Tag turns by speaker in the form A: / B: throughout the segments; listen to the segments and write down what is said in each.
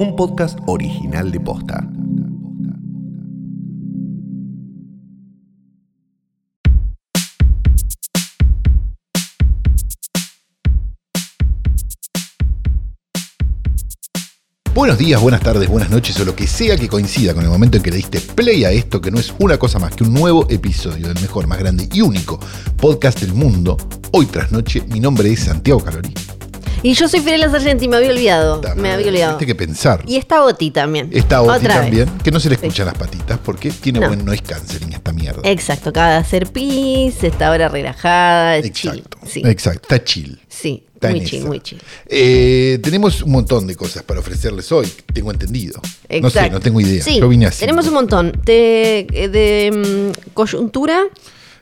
A: un podcast original de Posta. Buenos días, buenas tardes, buenas noches o lo que sea que coincida con el momento en que le diste play a esto, que no es una cosa más que un nuevo episodio del mejor, más grande y único podcast del mundo. Hoy tras noche, mi nombre es Santiago Calori.
B: Y yo soy Fiorella Sargenti, me había olvidado.
A: Puta
B: Me
A: madre,
B: había olvidado.
A: Viste que pensar.
B: Y esta Oti también.
A: Esta Oti
B: Otra vez.
A: también, que no se le escuchan las patitas porque tiene
B: No.
A: buen noise canceling esta mierda.
B: Exacto, acaba de hacer pis, está ahora relajada, es chill.
A: Exacto.
B: Sí,
A: Exacto. Está chill.
B: sí,
A: Está
B: muy
A: en
B: chill,
A: esa.
B: muy chill.
A: Eh, tenemos un montón de cosas para ofrecerles hoy, tengo entendido. No sé,
B: Exacto.
A: no tengo idea.
B: Sí,
A: Yo vine así.
B: Tenemos un montón de, de, mm, coyuntura.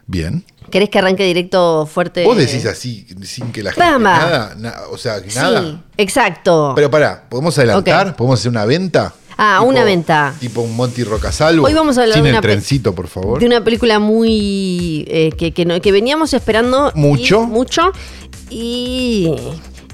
A: Bien.
B: ¿Querés que arranque directo fuerte?
A: Vos decís así, sin que la gente.
B: Pama.
A: Nada, na- o sea,
B: Sí,
A: nada.
B: exacto.
A: Pero pará, ¿podemos adelantar?
B: Ok.
A: ¿Podemos hacer una venta?
B: Ah, una venta.
A: Tipo un Monty Rocasalvo.
B: Hoy vamos a hablar
A: Sin
B: de
A: el
B: una pe-
A: trencito, por favor.
B: De una película muy. eh, que, que no- que veníamos esperando. y-
A: Mucho.
B: mucho. Y.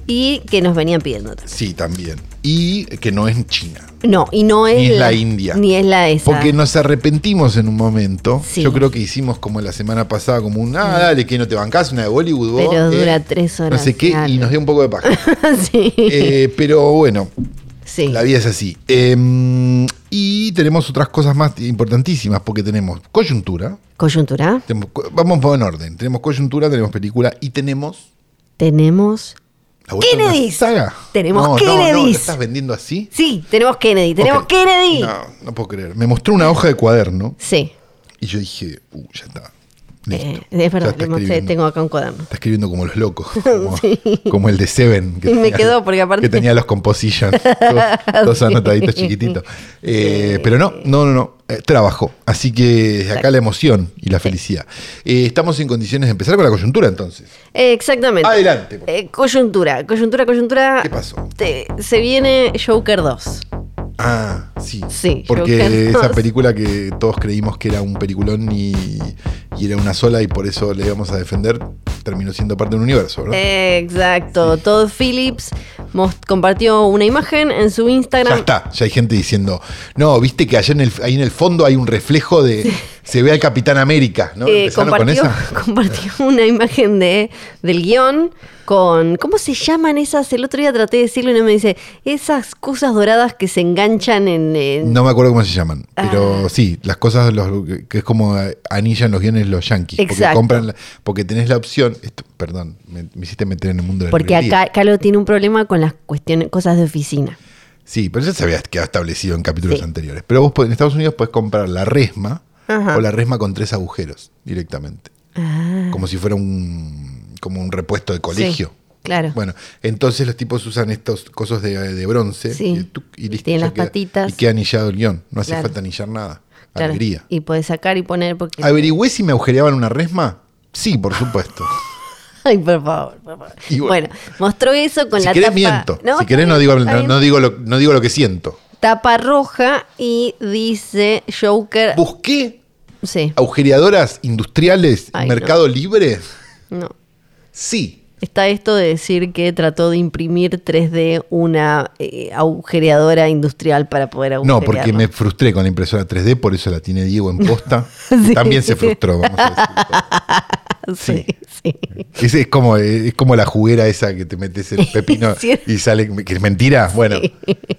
B: Y que nos venían pidiendo también.
A: Sí, también. Y que no es China.
B: No, y no es.
A: Ni es la India.
B: Ni es la esa.
A: Porque nos arrepentimos en un momento.
B: Sí.
A: Yo creo que hicimos como la semana pasada, como un, ah, dale, que no te bancás, una de Bollywood. vos, eh,
B: Pero dura tres horas,
A: No sé qué,
B: dale.
A: y nos dio un poco de paja.
B: sí.
A: Eh, pero bueno,
B: sí.
A: la vida es así. Eh, y tenemos otras cosas más importantísimas, porque tenemos coyuntura,
B: Coyuntura.
A: tenemos co- vamos en orden, tenemos coyuntura, tenemos película y tenemos...
B: Tenemos.
A: la vuelta de una
B: Kennedys.
A: saga.
B: Tenemos
A: no, No, no, ¿lo
B: Kennedys.
A: estás vendiendo así?
B: Sí, tenemos Kennedy. Tenemos
A: Ok.
B: Kennedy.
A: No, no puedo creer. Me mostró una hoja de cuaderno
B: Sí.
A: y yo dije, uh, ya está.
B: Eh,
A: Listo.
B: es
A: Ya
B: verdad,
A: está
B: le mostré,
A: escribiendo.
B: tengo acá un cuaderno.
A: Está escribiendo como los locos, como, como el de Seven.
B: Y me quedó, porque aparte-
A: Que tenía los compositions, dos, dos
B: Sí.
A: anotaditos chiquititos. Eh, Pero no, no, no, no, eh, trabajó. Así que desde acá la emoción y la felicidad. Eh, estamos en condiciones de empezar con la coyuntura entonces.
B: Eh, exactamente.
A: Adelante. por-
B: Eh, coyuntura, coyuntura, coyuntura.
A: ¿Qué pasó?
B: Te- se viene Joker 2.
A: Ah, sí.
B: Sí,
A: Porque
B: Joker dos.
A: esa película que todos creímos que era un peliculón y, y era una sola y por eso le íbamos a defender, terminó siendo parte de un universo,
B: Eh,
A: ¿verdad?
B: Exacto. Todd Phillips mos- compartió una imagen en su Instagram.
A: Ya está, ya hay gente diciendo, no, viste que allá en el, ahí en el fondo hay un reflejo de. Se ve al Capitán América, ¿no?
B: Eh,
A: ¿Empezaron con
B: compartió,
A: esa?
B: compartió una imagen de, del guión con. ¿Cómo se llaman esas? El otro día traté de decirlo y no me dice. Esas cosas doradas que se enganchan en. en-
A: No me acuerdo cómo se llaman, pero
B: Ah.
A: sí, las cosas los- que es como anillan los guiones los yankees. Porque
B: Exacto.
A: compran, la- porque tenés la opción. esto- perdón, me, me hiciste meter en el mundo de la
B: porque
A: librería.
B: acá Calo tiene un problema con las cuestiones, cosas de oficina.
A: Sí, pero ya se había quedado establecido en capítulos
B: Sí.
A: anteriores. Pero vos podés- en Estados Unidos podés comprar la resma
B: Ajá.
A: o la resma con tres agujeros directamente.
B: Ah,
A: Como si fuera un, como un repuesto de colegio.
B: sí, claro.
A: Bueno, entonces los tipos usan estos cosos de, de bronce
B: Sí.
A: y, tuc, y listo.
B: Tienen
A: ya
B: las patitas.
A: Y queda anillado el guión. No hace
B: Claro.
A: falta anillar nada.
B: claro.
A: Alegría.
B: Y puedes sacar y poner porque.
A: ¿Averigüé si me agujereaban una resma? Sí, por supuesto.
B: Ay, por favor, por favor.
A: Y bueno.
B: bueno. mostró eso con
A: si
B: la
A: querés
B: tapa.
A: miento. si
B: está
A: querés no
B: bien,
A: digo,
B: está
A: no,
B: bien.
A: no digo lo, no digo lo que siento.
B: Tapa roja y dice Joker.
A: Busqué
B: sí,
A: agujereadoras industriales,
B: Ay,
A: mercado libre.
B: no.
A: Sí.
B: Está esto de decir que trató de imprimir 3D una eh, agujereadora industrial para poder agujerear.
A: No, porque me frustré con la impresora 3D, por eso la tiene Diego en posta.
B: Sí.
A: También se frustró, vamos a decirlo.
B: Sí, sí.
A: Es, es como, es como la juguera esa que te metes el pepino
B: Sí.
A: y sale. que es mentira? Bueno,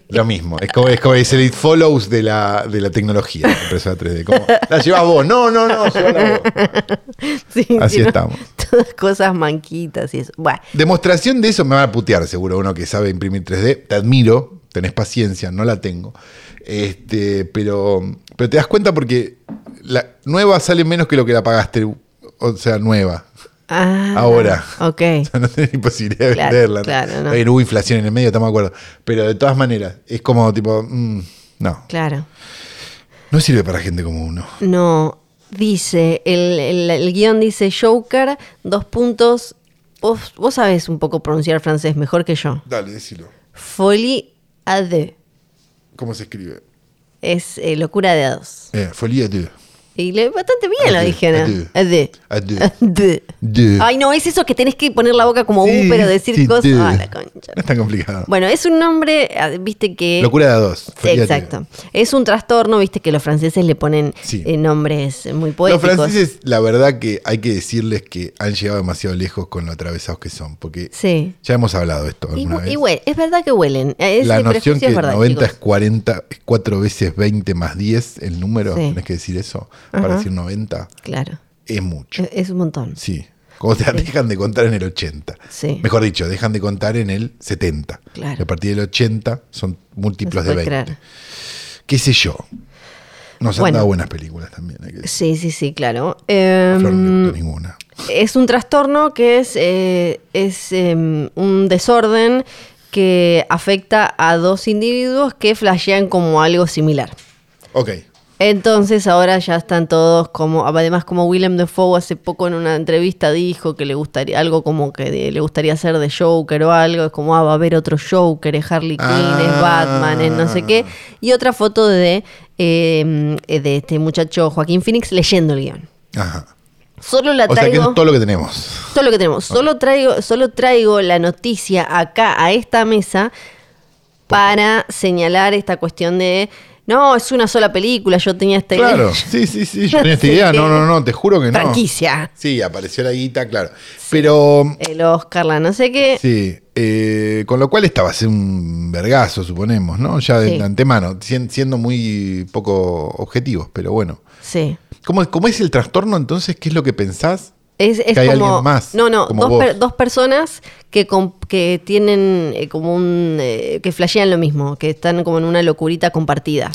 A: lo mismo. Es como, es como es el It Follows de la, de la tecnología, la impresora 3D. Como, la llevas vos. No, no, no, llévala vos.
B: Sí,
A: Así
B: sí, no.
A: estamos.
B: Todas cosas manquitas y eso. Bueno,
A: Demostración de eso me van a putear, seguro, uno que sabe imprimir 3D. Te admiro, tenés paciencia, no la tengo. Este, pero, pero te das cuenta porque la nueva sale menos que lo que la pagaste. O sea, nueva.
B: ah,
A: Ahora.
B: Ok.
A: O sea, no tenés ni posibilidad de
B: Claro,
A: venderla. ¿no?
B: claro, no.
A: Está bien, hubo inflación en el medio, estamos de acuerdo. Pero de todas maneras, es como tipo, mm, no,
B: Claro.
A: no sirve para gente como uno.
B: No, dice, el, el- el guión dice Joker, dos puntos. Vos, vos sabés un poco pronunciar francés mejor que yo.
A: Dale, decilo.
B: Folie à deux.
A: ¿Cómo se escribe?
B: Es eh, locura de a dos.
A: Eh, folie à deux.
B: Y le, bastante bien lo
A: Adú,
B: dije,
A: adú,
B: ¿no? Adú,
A: adú,
B: adú.
A: adú.
B: Ay, no, es eso que tenés que poner la boca como
A: Sí,
B: un, pero decir
A: sí,
B: cosas.
A: sí.
B: Ah, la concha.
A: No es tan complicado.
B: Bueno, es un nombre, ah, viste que.
A: Locura de a dos. fíjate.
B: Exacto. Es un trastorno, viste que los franceses le ponen
A: Sí.
B: eh, nombres muy
A: Los
B: poéticos.
A: franceses, la verdad que hay que decirles que han llegado demasiado lejos con lo atravesados que son, porque
B: Sí.
A: ya hemos hablado de esto
B: Y,
A: alguna
B: hue-
A: vez.
B: y huele- es verdad que huelen. Eh, Ese
A: la noción
B: prejuicio
A: que
B: es verdad,
A: 90 es
B: chicos.
A: 40, es 4 veces 20 más 10 el número,
B: Sí.
A: tenés que decir eso,
B: Ajá. Eh,
A: para decir 90,
B: Claro,
A: es mucho.
B: es, es un montón.
A: Sí. Como te dejan de contar en el 80.
B: Sí.
A: Mejor dicho, dejan de contar en el 70.
B: Claro.
A: Y a partir del 80 son
B: No
A: múltiplos
B: se
A: de
B: puede
A: 20.
B: creer.
A: ¿Qué sé yo? Nos han
B: Bueno.
A: dado buenas películas también. hay que decir.
B: Sí, sí, sí, claro. Em,
A: A Flor no le gustó ninguna.
B: Es un trastorno que es, eh, es em, un desorden que afecta a dos individuos que flashean como algo similar.
A: Ok.
B: Entonces ahora ya están todos como, además como Willem Dafoe hace poco en una entrevista dijo que le gustaría, algo como que de- le gustaría hacer de Joker o algo, es como, ah, va a haber otro Joker, es Harley Quinn,
A: Ah.
B: es Batman, es no sé qué. Y otra foto de, eh, de este muchacho Joaquín Phoenix leyendo el guión.
A: Ajá.
B: Solo la
A: O sea que
B: traigo...
A: eso es todo lo que tenemos.
B: Todo lo que tenemos. Solo traigo, solo traigo la noticia acá a esta mesa para señalar esta cuestión de no, es una sola película, yo tenía este esta idea".
A: Claro. Sí, sí, sí. Yo
B: No
A: tenía esta
B: sé
A: idea.
B: qué.
A: No, no, no. Te juro que no.
B: Franquicia.
A: Sí, apareció la guita, claro. Pero.
B: El Oscar, la no sé qué.
A: Sí. eh, con lo cual esta va a ser un vergazo, suponemos, ¿no? Ya de
B: Sí.
A: antemano, sien- siendo muy poco objetivos, pero bueno.
B: Sí.
A: ¿Cómo, ¿Cómo es el trastorno entonces? ¿Qué es lo que pensás?
B: Es, es
A: Que hay
B: como,
A: alguien más,
B: No, no,
A: como
B: dos,
A: vos.
B: per- dos personas que, com- que tienen eh, como un. eh, que flashean lo mismo, que están como en una locurita compartida.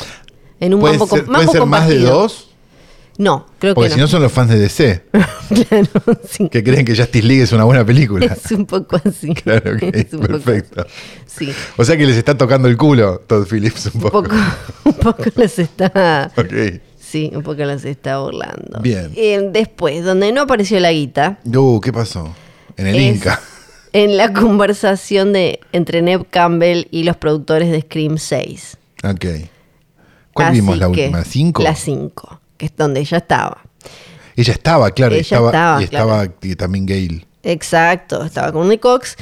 B: En un
A: ¿Pueden
B: mambo, com-
A: ser, pueden
B: mambo
A: ser más de
B: compartido.
A: dos?
B: No, creo
A: Porque
B: que
A: si no
B: no.
A: son los fans de DC,
B: claro, sí.
A: que creen que Justice League es una buena película.
B: Es un poco así.
A: Claro, ok,
B: Es un poco
A: perfecto.
B: así. Sí.
A: O sea que les está tocando el culo Todd Phillips un
B: Un
A: poco.
B: poco, un poco les está.
A: Ok.
B: Sí, un poco les está burlando.
A: Bien.
B: Eh, después, donde no apareció la guita.
A: Uh, ¿qué pasó? En el
B: es
A: Inca.
B: En la conversación de entre Neb Campbell y los productores de Scream 6.
A: Ok. ¿Cuál
B: Así
A: vimos la
B: que,
A: última? ¿Cinco?
B: La 5, que es donde ella estaba.
A: Ella estaba, claro.
B: Ella
A: estaba,
B: estaba,
A: y estaba t- también Gail.
B: Exacto, estaba con Nick Cox.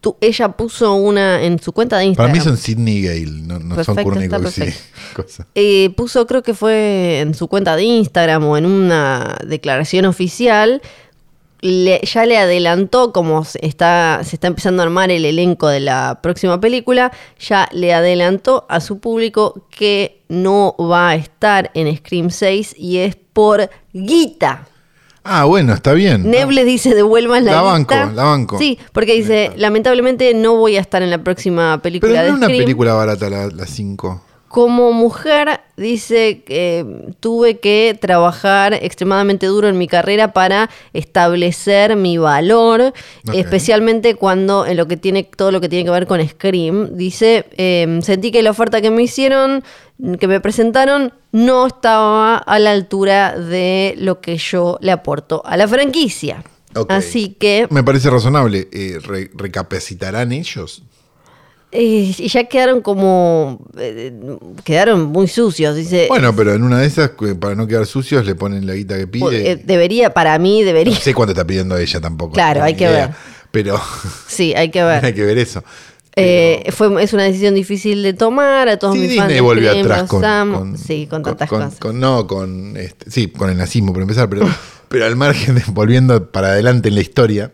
B: Tú- ella puso una en su cuenta de
A: Para
B: Instagram.
A: mí son Sidney y Gail, no, no son
B: Perfecto,
A: Courtney
B: está
A: Cox, sí, cosa.
B: Eh, puso, creo que fue en su cuenta de Instagram o en una declaración oficial, le- ya le adelantó como se está, se está empezando a armar el elenco de la próxima película, ya le adelantó a su público que no va a estar en Scream 6 y es por guita.
A: Ah, bueno, está bien.
B: Neb le dice devuelvan la
A: La
B: guita".
A: banco, la banco.
B: Sí, porque dice, lamentablemente no voy a estar en la próxima película
A: Ah, Pero no
B: de
A: es una
B: Scream".
A: película barata la, la cinco.
B: Como mujer, dice que eh, tuve que trabajar extremadamente duro en mi carrera para establecer mi valor,
A: Ok.
B: especialmente cuando en lo que tiene todo lo que tiene que ver con Scream. Dice, eh, sentí que la oferta que me hicieron, que me presentaron, no estaba a la altura de lo que yo le aporto a la franquicia.
A: Ok.
B: Así que
A: Me parece razonable. Eh, re- ¿Recapacitarán ellos?
B: eh, y ya quedaron como eh, quedaron muy sucios. Dice,
A: Bueno, pero en una de esas, que para no quedar sucios, le ponen la guita que
B: Po-
A: pide.
B: eh, debería, para mí
A: no
B: debería.
A: sé cuánto está pidiendo ella tampoco.
B: Claro,
A: no
B: hay
A: tengo
B: que
A: idea.
B: ver.
A: Pero
B: Sí, hay que ver.
A: hay que ver eso.
B: Eh, fue, es una decisión difícil de tomar. A todos
A: Sí,
B: mis fans
A: Disney
B: de
A: volvió
B: Scream,
A: atrás
B: los
A: con,
B: amo.
A: con-
B: sí, con, tantas
A: con-
B: cosas.
A: con- no, con este, sí, con el nazismo por empezar, pero, pero al margen de volviendo para adelante en la historia,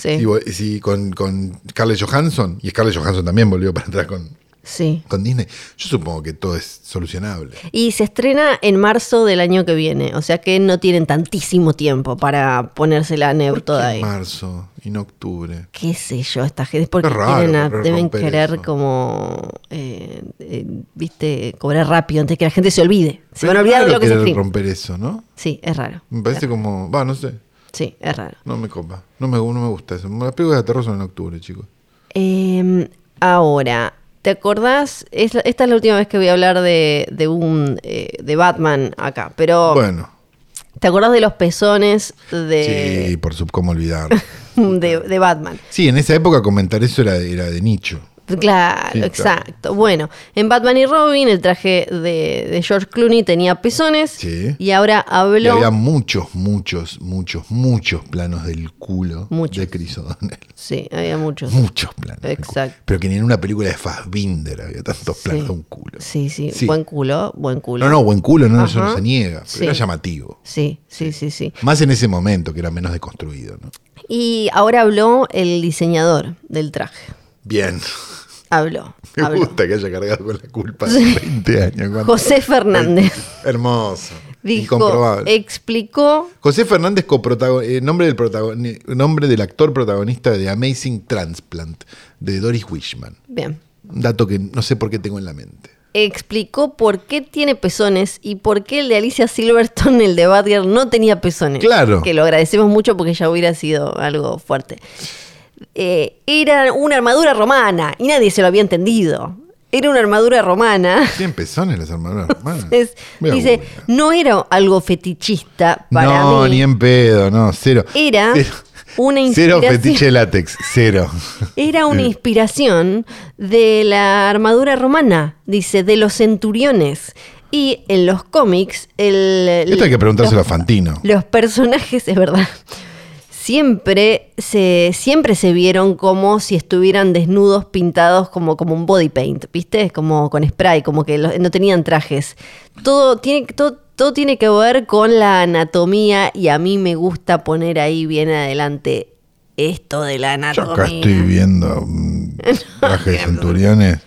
B: sí,
A: y vo- y sí, con, con Scarlett Johansson, y Scarlett Johansson también volvió para atrás con,
B: sí.
A: con Disney, yo supongo que todo es solucionable.
B: Y se estrena en marzo del año que viene. O sea que no tienen tantísimo tiempo para ponérsela a Neu toda
A: En
B: ahí.
A: marzo y en octubre.
B: Qué sé yo, esta gente. Es porque
A: Qué raro
B: quieren a-
A: querer
B: deben
A: romper
B: querer
A: eso.
B: como. eh, eh, Viste, cobrar rápido antes que la gente se olvide. Se van
A: Pero
B: a olvidar de
A: raro
B: lo que se
A: querer
B: escribe.
A: romper Mm. eso, ¿no?
B: Sí, es raro.
A: Me parece como, va, no sé,
B: Sí, es raro.
A: no me copa, no me, no me gusta eso. Las películas de terror son en octubre, chicos.
B: Eh, ahora, ¿te acordás? Es la- esta es la última vez que voy a hablar de, de un eh, de Batman acá, pero
A: Bueno,
B: ¿te acordás de los pezones de, eh.
A: sí, por su, cómo olvidar.
B: de, de Batman?
A: Sí, en esa época comentar eso era, era de nicho.
B: Claro,
A: Sí, claro.
B: exacto. Bueno, en Batman y Robin el traje de, de George Clooney tenía pezones
A: Sí.
B: y ahora
A: Y
B: habló...
A: había muchos, muchos, muchos, muchos planos del culo
B: Muchos.
A: de Chris O'Donnell.
B: Sí, había muchos.
A: Muchos planos. del culo.
B: Exacto.
A: Pero que ni en una película de Fassbinder había tantos planos
B: Sí.
A: de un culo.
B: Sí, sí,
A: Sí.
B: buen culo, buen culo.
A: No, no, buen culo, no, eso no
B: Ajá.
A: se niega. Pero
B: Sí.
A: era llamativo.
B: Sí, sí, sí, sí.
A: Más en ese momento, que era menos deconstruido, ¿no?
B: Y ahora habló el diseñador del traje.
A: Bien.
B: Habló.
A: Me
B: habló.
A: gusta que haya cargado con la culpa de 20 años. cuando-
B: José Fernández
A: Hermoso.
B: dijo, eh,
A: Incomprobable.
B: explicó
A: José Fernández, coprotago- eh, nombre, del protagoni- nombre del actor protagonista de Amazing Transplant, de Doris Wishman.
B: Bien.
A: Un dato que no sé por qué tengo en la mente.
B: Explicó por qué tiene pezones y por qué el de Alicia Silverstone, el de Batgirl, no tenía pezones.
A: Claro.
B: Que lo agradecemos mucho porque ya hubiera sido algo fuerte. Eh, era una armadura romana y nadie se lo había entendido. Era una armadura romana.
A: ¿Tienen pezones las hermanas romanas?
B: Es-
A: Voy a
B: dice,
A: googlear.
B: no era algo fetichista para
A: no,
B: mí.
A: ni en pedo, no, cero.
B: Era
A: Cero.
B: una
A: Cero
B: inspiración.
A: fetiche de látex, cero.
B: Era
A: Mm.
B: una inspiración de la armadura romana, dice, de los centuriones. Y en los cómics, el,
A: Esto hay que preguntárselo a Fantino.
B: los personajes, es verdad, siempre se, siempre se vieron como si estuvieran desnudos, pintados como, como un body paint, ¿viste? Como con spray, como que los- no tenían trajes. Todo tiene, todo, todo tiene que ver con la anatomía y a mí me gusta poner ahí bien adelante esto de la
A: Yo
B: anatomía.
A: acá estoy viendo mm, un traje de centuriones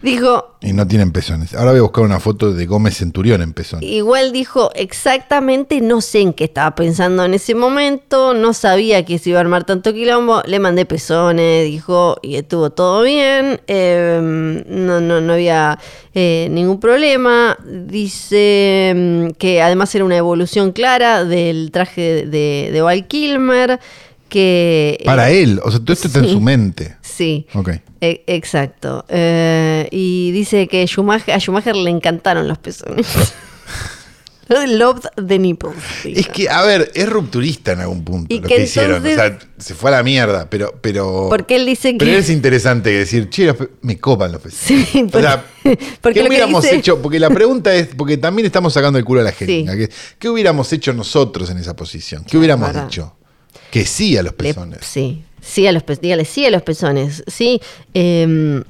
B: Dijo,
A: y no tienen pezones. Ahora voy a buscar una foto de Gómez Centurión en pezones.
B: Igual dijo exactamente, no sé en qué estaba pensando en ese momento, no sabía que se iba a armar tanto quilombo, le mandé pezones, dijo, y estuvo todo bien, eh, no, no, no había eh, ningún problema, dice mm, que además era una evolución clara del traje de, de Val Kilmer, que... eh,
A: Para él, o sea, todo esto está en
B: sí.
A: su mente.
B: Sí.
A: Ok.
B: E- Exacto. Eh, y dice que Schumacher- a Schumacher le encantaron los pezones. Loved the nipples. dijo.
A: Es que, a ver, es rupturista en algún punto
B: Y
A: lo
B: que
A: que hicieron. O sea,
B: entonces-
A: se fue a la mierda, pero. pero
B: Porque él dice
A: Pero
B: que-
A: es interesante decir, che, los pe- me copan los pezones.
B: Sí,
A: O
B: porque-
A: sea,
B: porque
A: ¿qué
B: lo que
A: hubiéramos
B: dice-
A: hecho? Porque la pregunta es, porque también estamos sacando el culo a la jeringa.
B: Sí.
A: que- ¿Qué hubiéramos hecho nosotros en esa posición? ¿Qué hubiéramos
B: verdad.
A: hecho? Que sí a los
B: Le-
A: pezones.
B: sí, sí a los pe- dígale sí a los pezones, sí. Em,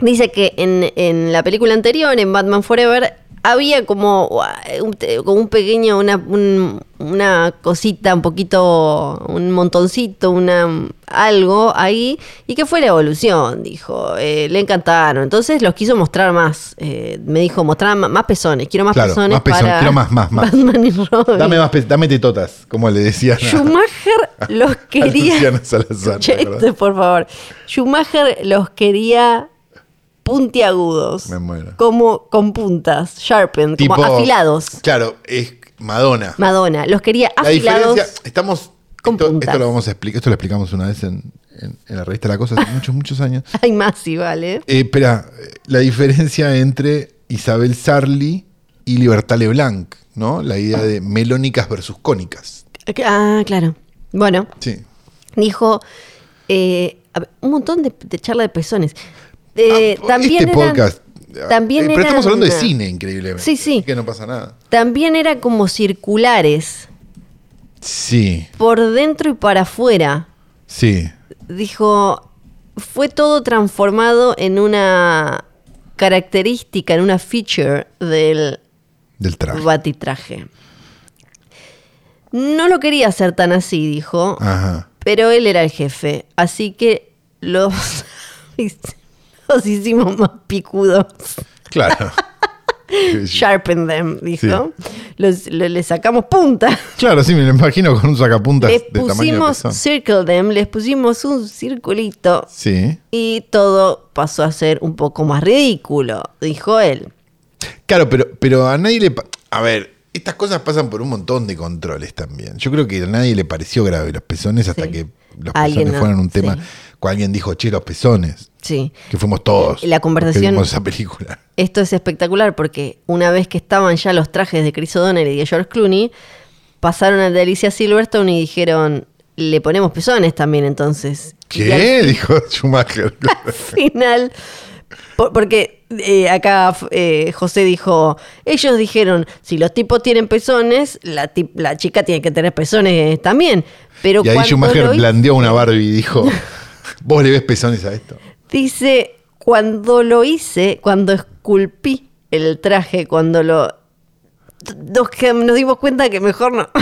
B: dice que en, en la película anterior, en Batman Forever, había como, ua, un, te- como un pequeño, una, un- una cosita, un poquito, un montoncito, una algo ahí, y que fue la evolución, dijo. Eh, le encantaron. Entonces los quiso mostrar más. Eh, me dijo, mostrar ma- más pezones, quiero más
A: Claro,
B: pezones.
A: más pezones,
B: para
A: quiero más, más, más.
B: Batman y Robin.
A: Dame más pe- dame tetotas, como le decía.
B: Schumacher los quería.
A: Luciano Salazar, ¿te acordás?
B: Chete, este, por favor. Schumacher los quería puntiagudos.
A: Me muero.
B: Como con puntas, sharpened, como afilados.
A: Claro, es Madonna.
B: Madonna, los quería
A: La
B: afilados.
A: diferencia, estamos.
B: con
A: esto,
B: puntas.
A: esto lo vamos a explicar, esto lo explicamos una vez en, en- en la revista La Cosa hace muchos, muchos años.
B: Hay más, sí, vale.
A: Eh, espera, eh, la diferencia entre Isabel Sarli y Libertad Leblanc, ¿no? La idea de melónicas versus cónicas.
B: Ah, claro. Bueno,
A: Sí.
B: dijo eh, a ver, un montón de, de charla de pezones. Eh,
A: Ah,
B: también
A: este
B: eran-
A: podcast.
B: También
A: Eh, pero
B: eran-
A: estamos hablando de cine, increíblemente.
B: Sí, sí.
A: así Que no pasa nada.
B: También era como circulares,
A: Sí,
B: por dentro y para afuera.
A: sí.
B: dijo, fue todo transformado en una característica, en una feature del
A: Del traje.
B: batitraje. No lo quería hacer tan así, dijo,
A: Ajá.
B: pero él era el jefe, así que los, los hicimos más picudos.
A: Claro. Sí, sí.
B: Sharpen them, dijo. Los- le- le sacamos punta.
A: Claro, sí, me lo imagino con un sacapuntas
B: Les
A: de tamaño de
B: pusimos
A: pezón.
B: circle them, les pusimos un circulito
A: Sí.
B: Y todo pasó a ser un poco más ridículo, dijo él.
A: Claro, pero, pero a nadie le... pa- A ver, estas cosas pasan por un montón de controles también. Yo creo que a nadie le pareció grave los pezones hasta
B: Sí.
A: que los
B: Alguien
A: pezones
B: no,
A: fueron un tema.
B: sí.
A: Cuando alguien dijo, che, los pezones.
B: Sí.
A: Que fuimos todos.
B: La conversación-
A: los que vimos esa película.
B: Esto es espectacular porque una vez que estaban ya los trajes de Chris O'Donnell y de George Clooney, pasaron al de Alicia Silverstone y dijeron, le ponemos pezones también, entonces. Y al
A: ¿Qué? Dijo Schumacher.
B: final. por- porque eh, acá f- eh, José dijo, ellos dijeron, si los tipos tienen pezones, la, ti- la chica tiene que tener pezones también. Pero
A: y ahí
B: cuando
A: Schumacher
B: lo hi-
A: blandeó una Barbie y dijo: Vos le ves pezones a esto.
B: dice, cuando lo hice, cuando esculpí el traje, cuando lo... Nos, que- nos dimos cuenta que mejor no.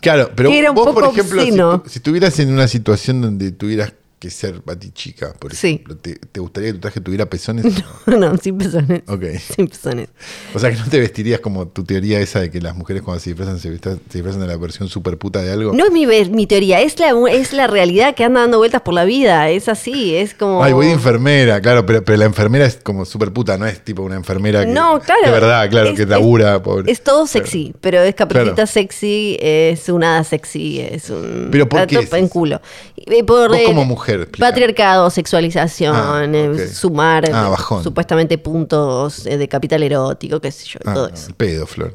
A: Claro, pero
B: Que era un
A: vos,
B: poco
A: por ejemplo, si,
B: obsceno.
A: tu- si estuvieras en una situación donde tuvieras que ser batichica, por
B: Sí.
A: ejemplo, ¿te, te gustaría que tu traje tuviera pezones?
B: no, sin pezones.
A: Ok.
B: Sin pezones.
A: O sea, que no te vestirías como tu teoría esa de que las mujeres cuando se disfrazan se, vista- se disfrazan de la versión super puta de algo.
B: No es mi, ver- mi teoría, es la, es la realidad que anda dando vueltas por la vida. Es así, es como.
A: Ay, voy de enfermera, claro, pero, pero la enfermera es como super puta, no es tipo una enfermera que,
B: No, claro.
A: de verdad, claro,
B: Es-
A: que
B: es-
A: labura, pobre.
B: Es todo sexy, pero es caperucita
A: Claro.
B: sexy, es un hada sexy, es un.
A: Pero ¿por qué
B: gato
A: es
B: en
A: eso?
B: culo. Y Por,
A: Vos
B: eh,
A: como mujer, explica.
B: Patriarcado, sexualización,
A: Ah,
B: eh,
A: ok.
B: sumar
A: Ah,
B: eh,
A: bajón.
B: supuestamente puntos eh, de capital erótico, qué sé yo,
A: Ah,
B: todo
A: no,
B: eso.
A: al pedo, Flor.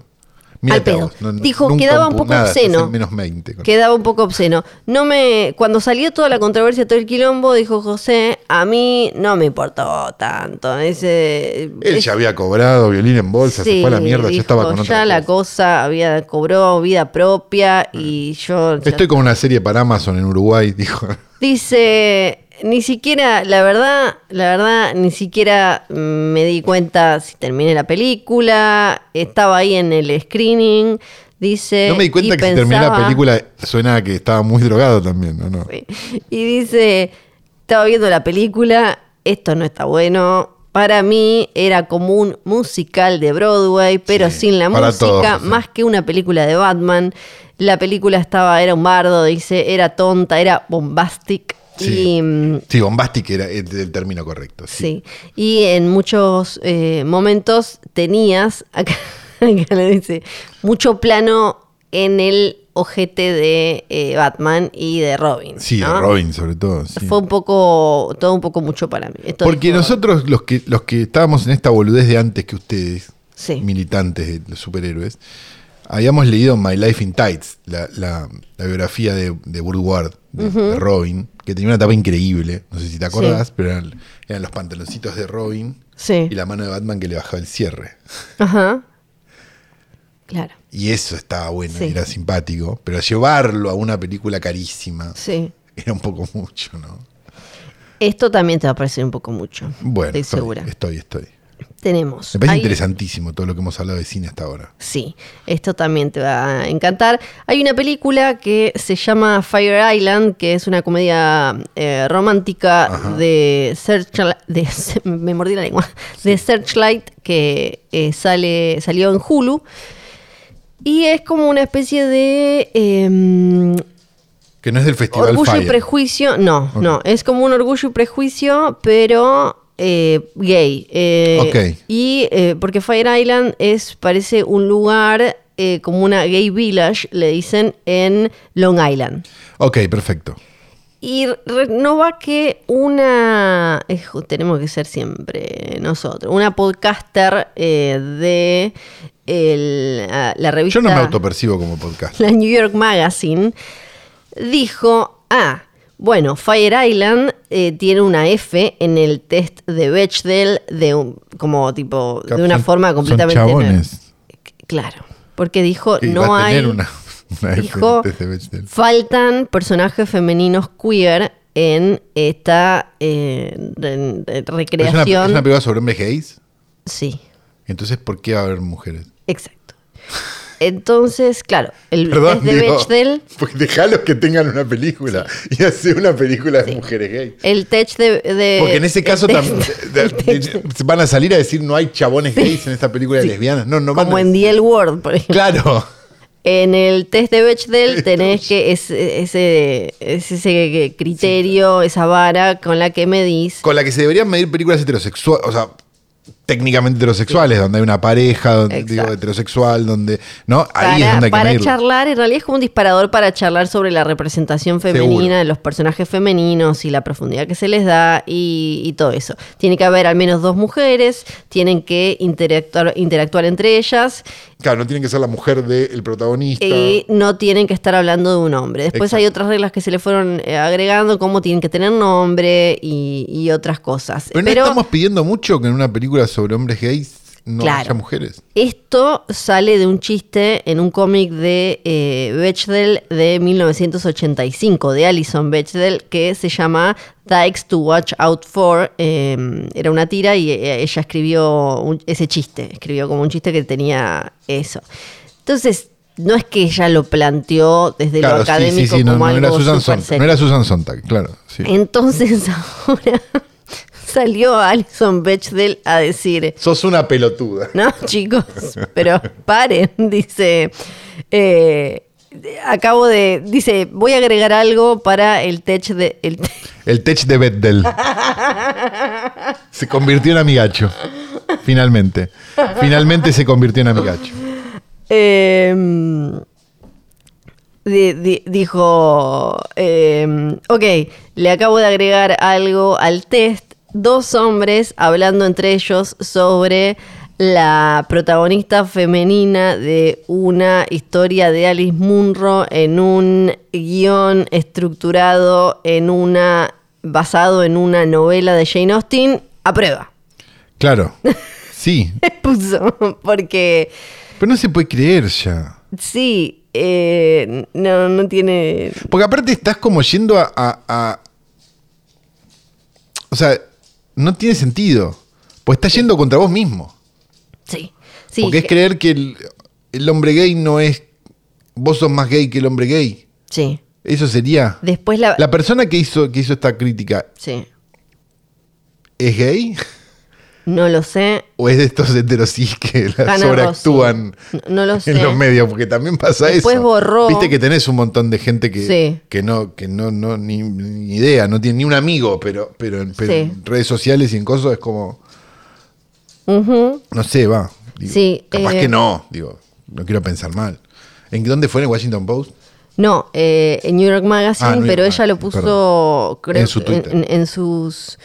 A: Mírate a
B: pedo.
A: vos, no- no-
B: Dijo,
A: nunca
B: quedaba un
A: pu-
B: poco
A: nada, estás en
B: obsceno.
A: menos 20. con-
B: Quedaba un poco obsceno. No me, cuando salió toda la controversia, todo el quilombo, dijo José, a mí no me importó tanto. Ese,
A: Él
B: es-
A: ya había cobrado violín en bolsa, se fue a la
B: Sí,
A: mierda, ya
B: dijo,
A: estaba con otra
B: ya la
A: cosa.
B: cosa había cobró vida propia y yo ya-
A: Estoy con una serie para Amazon en Uruguay, dijo.
B: dice ni siquiera la verdad la verdad ni siquiera mm, me di cuenta si terminé la película estaba ahí en el screening dice
A: No me di cuenta
B: Eh, y
A: que si terminé la
B: pensaba-
A: película suena a que estaba muy drogado también, ¿no? no.
B: Sí. Y dice, estaba viendo la película, esto no está bueno. Para mí era como un musical de Broadway, pero
A: Sí,
B: sin la
A: para
B: música,
A: todos, sí.
B: más que una película de Batman. La película estaba, era un bardo, dice, era tonta, era bombastic.
A: Sí,
B: Y, mm,
A: sí bombastic era el, el término correcto. Sí.
B: Sí. Y en muchos eh, momentos tenías, acá, acá le dice, mucho plano en el ojete de eh, Batman y de Robin.
A: Sí, de
B: ¿no?
A: Robin sobre todo. sí.
B: Fue un poco, todo un poco mucho para mí. Esto
A: Porque
B: dijo-
A: nosotros, los que, los que estábamos en esta boludez de antes que ustedes,
B: Sí.
A: militantes de los superhéroes, habíamos leído My Life in Tights, la, la- la biografía de, de Burt Ward, de, de Robin, que tenía una etapa increíble, no sé si te acordás, pero eran, eran los pantaloncitos de Robin
B: Sí.
A: y la mano de Batman que le bajaba el cierre.
B: Ajá. Claro,
A: Y eso estaba bueno,
B: Sí.
A: y era simpático, pero llevarlo a una película carísima
B: sí.
A: era un poco mucho, ¿no?
B: Esto también te va a parecer un poco mucho.
A: Bueno,
B: Estoy
A: estoy,
B: segura.
A: estoy, estoy.
B: Tenemos.
A: Me parece
B: ahí-
A: interesantísimo todo lo que hemos hablado de cine hasta ahora.
B: Sí, esto también te va a encantar. Hay una película que se llama Fire Island, que es una comedia eh, romántica de Searchlight. de- me mordí la lengua. De Searchlight, que eh, sale, salió en Hulu. Y es como una especie de. em,
A: Que no es del Festival
B: Orgullo y
A: Fire.
B: prejuicio, no,
A: Ok.
B: no, es como un orgullo y prejuicio, pero eh, gay. eh,
A: Ok.
B: Y eh, porque Fire Island es, parece un lugar eh, como una gay village, le dicen, en Long Island.
A: Ok, perfecto.
B: Y re- no va que una, eh, ju- tenemos que ser siempre nosotros, una podcaster eh, de el, ah, la revista...
A: Yo no me autopercibo como podcast.
B: la New York Magazine, dijo, ah, bueno, Fire Island eh, tiene una F en el test de Bechdel de un- como tipo de una
A: Son-
B: forma
A: son
B: completamente nueva.
A: chabones.
B: Claro, porque dijo
A: Sí,
B: no
A: va a tener
B: hay
A: una, una
B: dijo,
A: F desde Bechdel.
B: faltan personajes femeninos queer en esta eh, re-
A: Pero
B: re-
A: ¿Es una, es
B: recreación.
A: una película sobre hombres gays?
B: sí,
A: Entonces, ¿por qué va a haber mujeres?
B: exacto. Entonces, claro, el test de
A: digo,
B: Bechdel
A: Porque dejalos Pues que tengan una película y hacer una película de mujeres gays.
B: El tech de. de-
A: Porque en ese
B: Eh, el
A: caso
B: tech-
A: tam- de-
B: el
A: de-
B: tech-
A: de- van a salir a decir no hay chabones gays en esta película de lesbianas. No, no van
B: como
A: a
B: en
A: decir.
B: DL World, por ejemplo.
A: Claro.
B: En el test de Bechdel tenés que es, ese, es ese criterio, esa vara con la que medís.
A: Con la que se deberían medir películas heterosexuales. O sea, técnicamente heterosexuales, donde hay una pareja donde,
B: Exacto.
A: digo, heterosexual, donde. ¿No?
B: Para,
A: Ahí es donde hay que
B: para
A: medirlo.
B: charlar, en realidad es como un disparador para charlar sobre la representación femenina
A: Seguro.
B: de los personajes femeninos y la profundidad que se les da y, y todo eso. Tiene que haber al menos dos mujeres, tienen que interactuar, interactuar entre ellas
A: Claro, no tiene que ser la mujer del protagonista.
B: y no tienen que estar hablando de un hombre. Después hay
A: Exacto.
B: otras reglas que se le fueron eh, agregando, como tienen que tener nombre y, y otras cosas.
A: Pero no estamos pidiendo mucho que en una película sobre hombres gays no
B: Claro.
A: haya mujeres.
B: Esto sale de un chiste en un cómic de eh, Bechdel de 1985, de Alison Bechdel, que se llama Dykes to Watch Out For. Eh, era una tira y eh, ella escribió un- ese chiste, escribió como un chiste que tenía eso. Entonces, no es que ella lo planteó desde lo académico
A: no,
B: como
A: no
B: algo
A: era Susan
B: súper
A: Sontag,
B: serio.
A: no era Susan Sontag, claro. sí.
B: Entonces ahora salió Alison Bechdel a decir...
A: Sos una pelotuda.
B: No, chicos, pero paren, dice. eh, acabo de. Dice, voy a agregar algo para el tech de. El te-
A: El tech de Beddel. se convirtió en amigacho. Finalmente. Finalmente se convirtió en amigacho.
B: Em, di- di- dijo. em, ok, le acabo de agregar algo al test. Dos hombres hablando entre ellos sobre la protagonista femenina de una historia de Alice Munro en un guión estructurado en una. basado en una novela de Jane Austen. A prueba.
A: Claro. Sí.
B: Puso. Porque.
A: Pero no se puede creer ya.
B: Sí, eh, no, no tiene.
A: Porque aparte estás como yendo a, a- a- O sea, no tiene sentido. Pues estás yendo contra vos mismo.
B: Sí, sí.
A: Porque es
B: que-
A: creer que el, el hombre gay no es... Vos sos más gay que el hombre gay.
B: sí.
A: Eso sería...
B: Después la.
A: La persona que hizo, que hizo esta crítica,
B: Sí.
A: ¿es gay?
B: No lo sé.
A: ¿O es de estos heterosis que la
B: Hannah
A: sobreactúan
B: Rossi. No, no lo sé.
A: en los medios? Porque también pasa
B: Después
A: eso.
B: borró.
A: Viste que tenés un montón de gente que,
B: Sí.
A: que no, que no, no ni, ni idea, no tiene ni un amigo, pero, pero, en- pero
B: Sí.
A: en redes sociales y en cosas es como,
B: Ujú.
A: no sé, va. digo,
B: Sí,
A: capaz
B: eh,
A: que no, digo, no quiero pensar mal. ¿En dónde fue? ¿En el Washington Post?
B: No, eh, en New York Magazine,
A: Ah, New York
B: pero ella lo
A: Magazine,
B: puso, creo,
A: En su
B: que
A: Twitter.
B: en- en sus.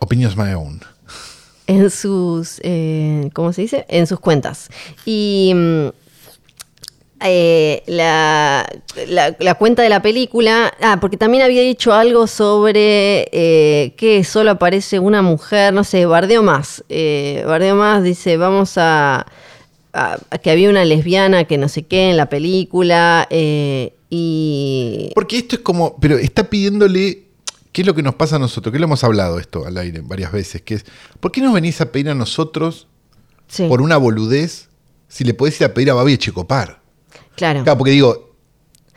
A: Opinions my own.
B: en sus, eh, ¿cómo se dice? En sus cuentas. Y mm, eh, la, la- la cuenta de la película, ah, porque también había dicho algo sobre eh, que solo aparece una mujer, no sé, bardeo más, eh, bardeo más, dice, vamos a, a- a que había una lesbiana que no sé qué en la película eh, y...
A: Porque esto es como, pero está pidiéndole, ¿qué es lo que nos pasa a nosotros? Que lo hemos hablado esto al aire varias veces, que es, ¿por qué nos venís a pedir a nosotros
B: Sí,
A: por una boludez si le podés ir a pedir a Babi Checopar.
B: claro.
A: Claro, porque digo,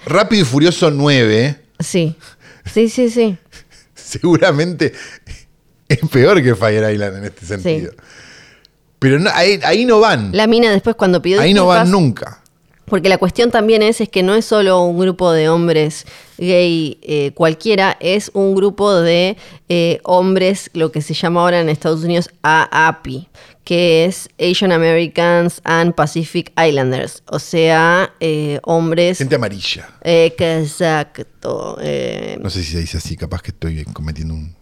A: Rápido y Furioso 9
B: Sí, sí, sí, sí.
A: seguramente es peor que Fire Island en este sentido. Pero no- ahí, ahí no van,
B: La mina después cuando pidió
A: ahí no van
B: disculpas-
A: nunca.
B: Porque la cuestión también es, es que no es solo un grupo de hombres gay eh, cualquiera, es un grupo de eh, hombres, lo que se llama ahora en Estados Unidos AAPI, que es Asian Americans and Pacific Islanders, o sea, eh, hombres...
A: Gente amarilla.
B: eh, que exacto. eh,
A: No sé si se dice así, capaz que estoy cometiendo un...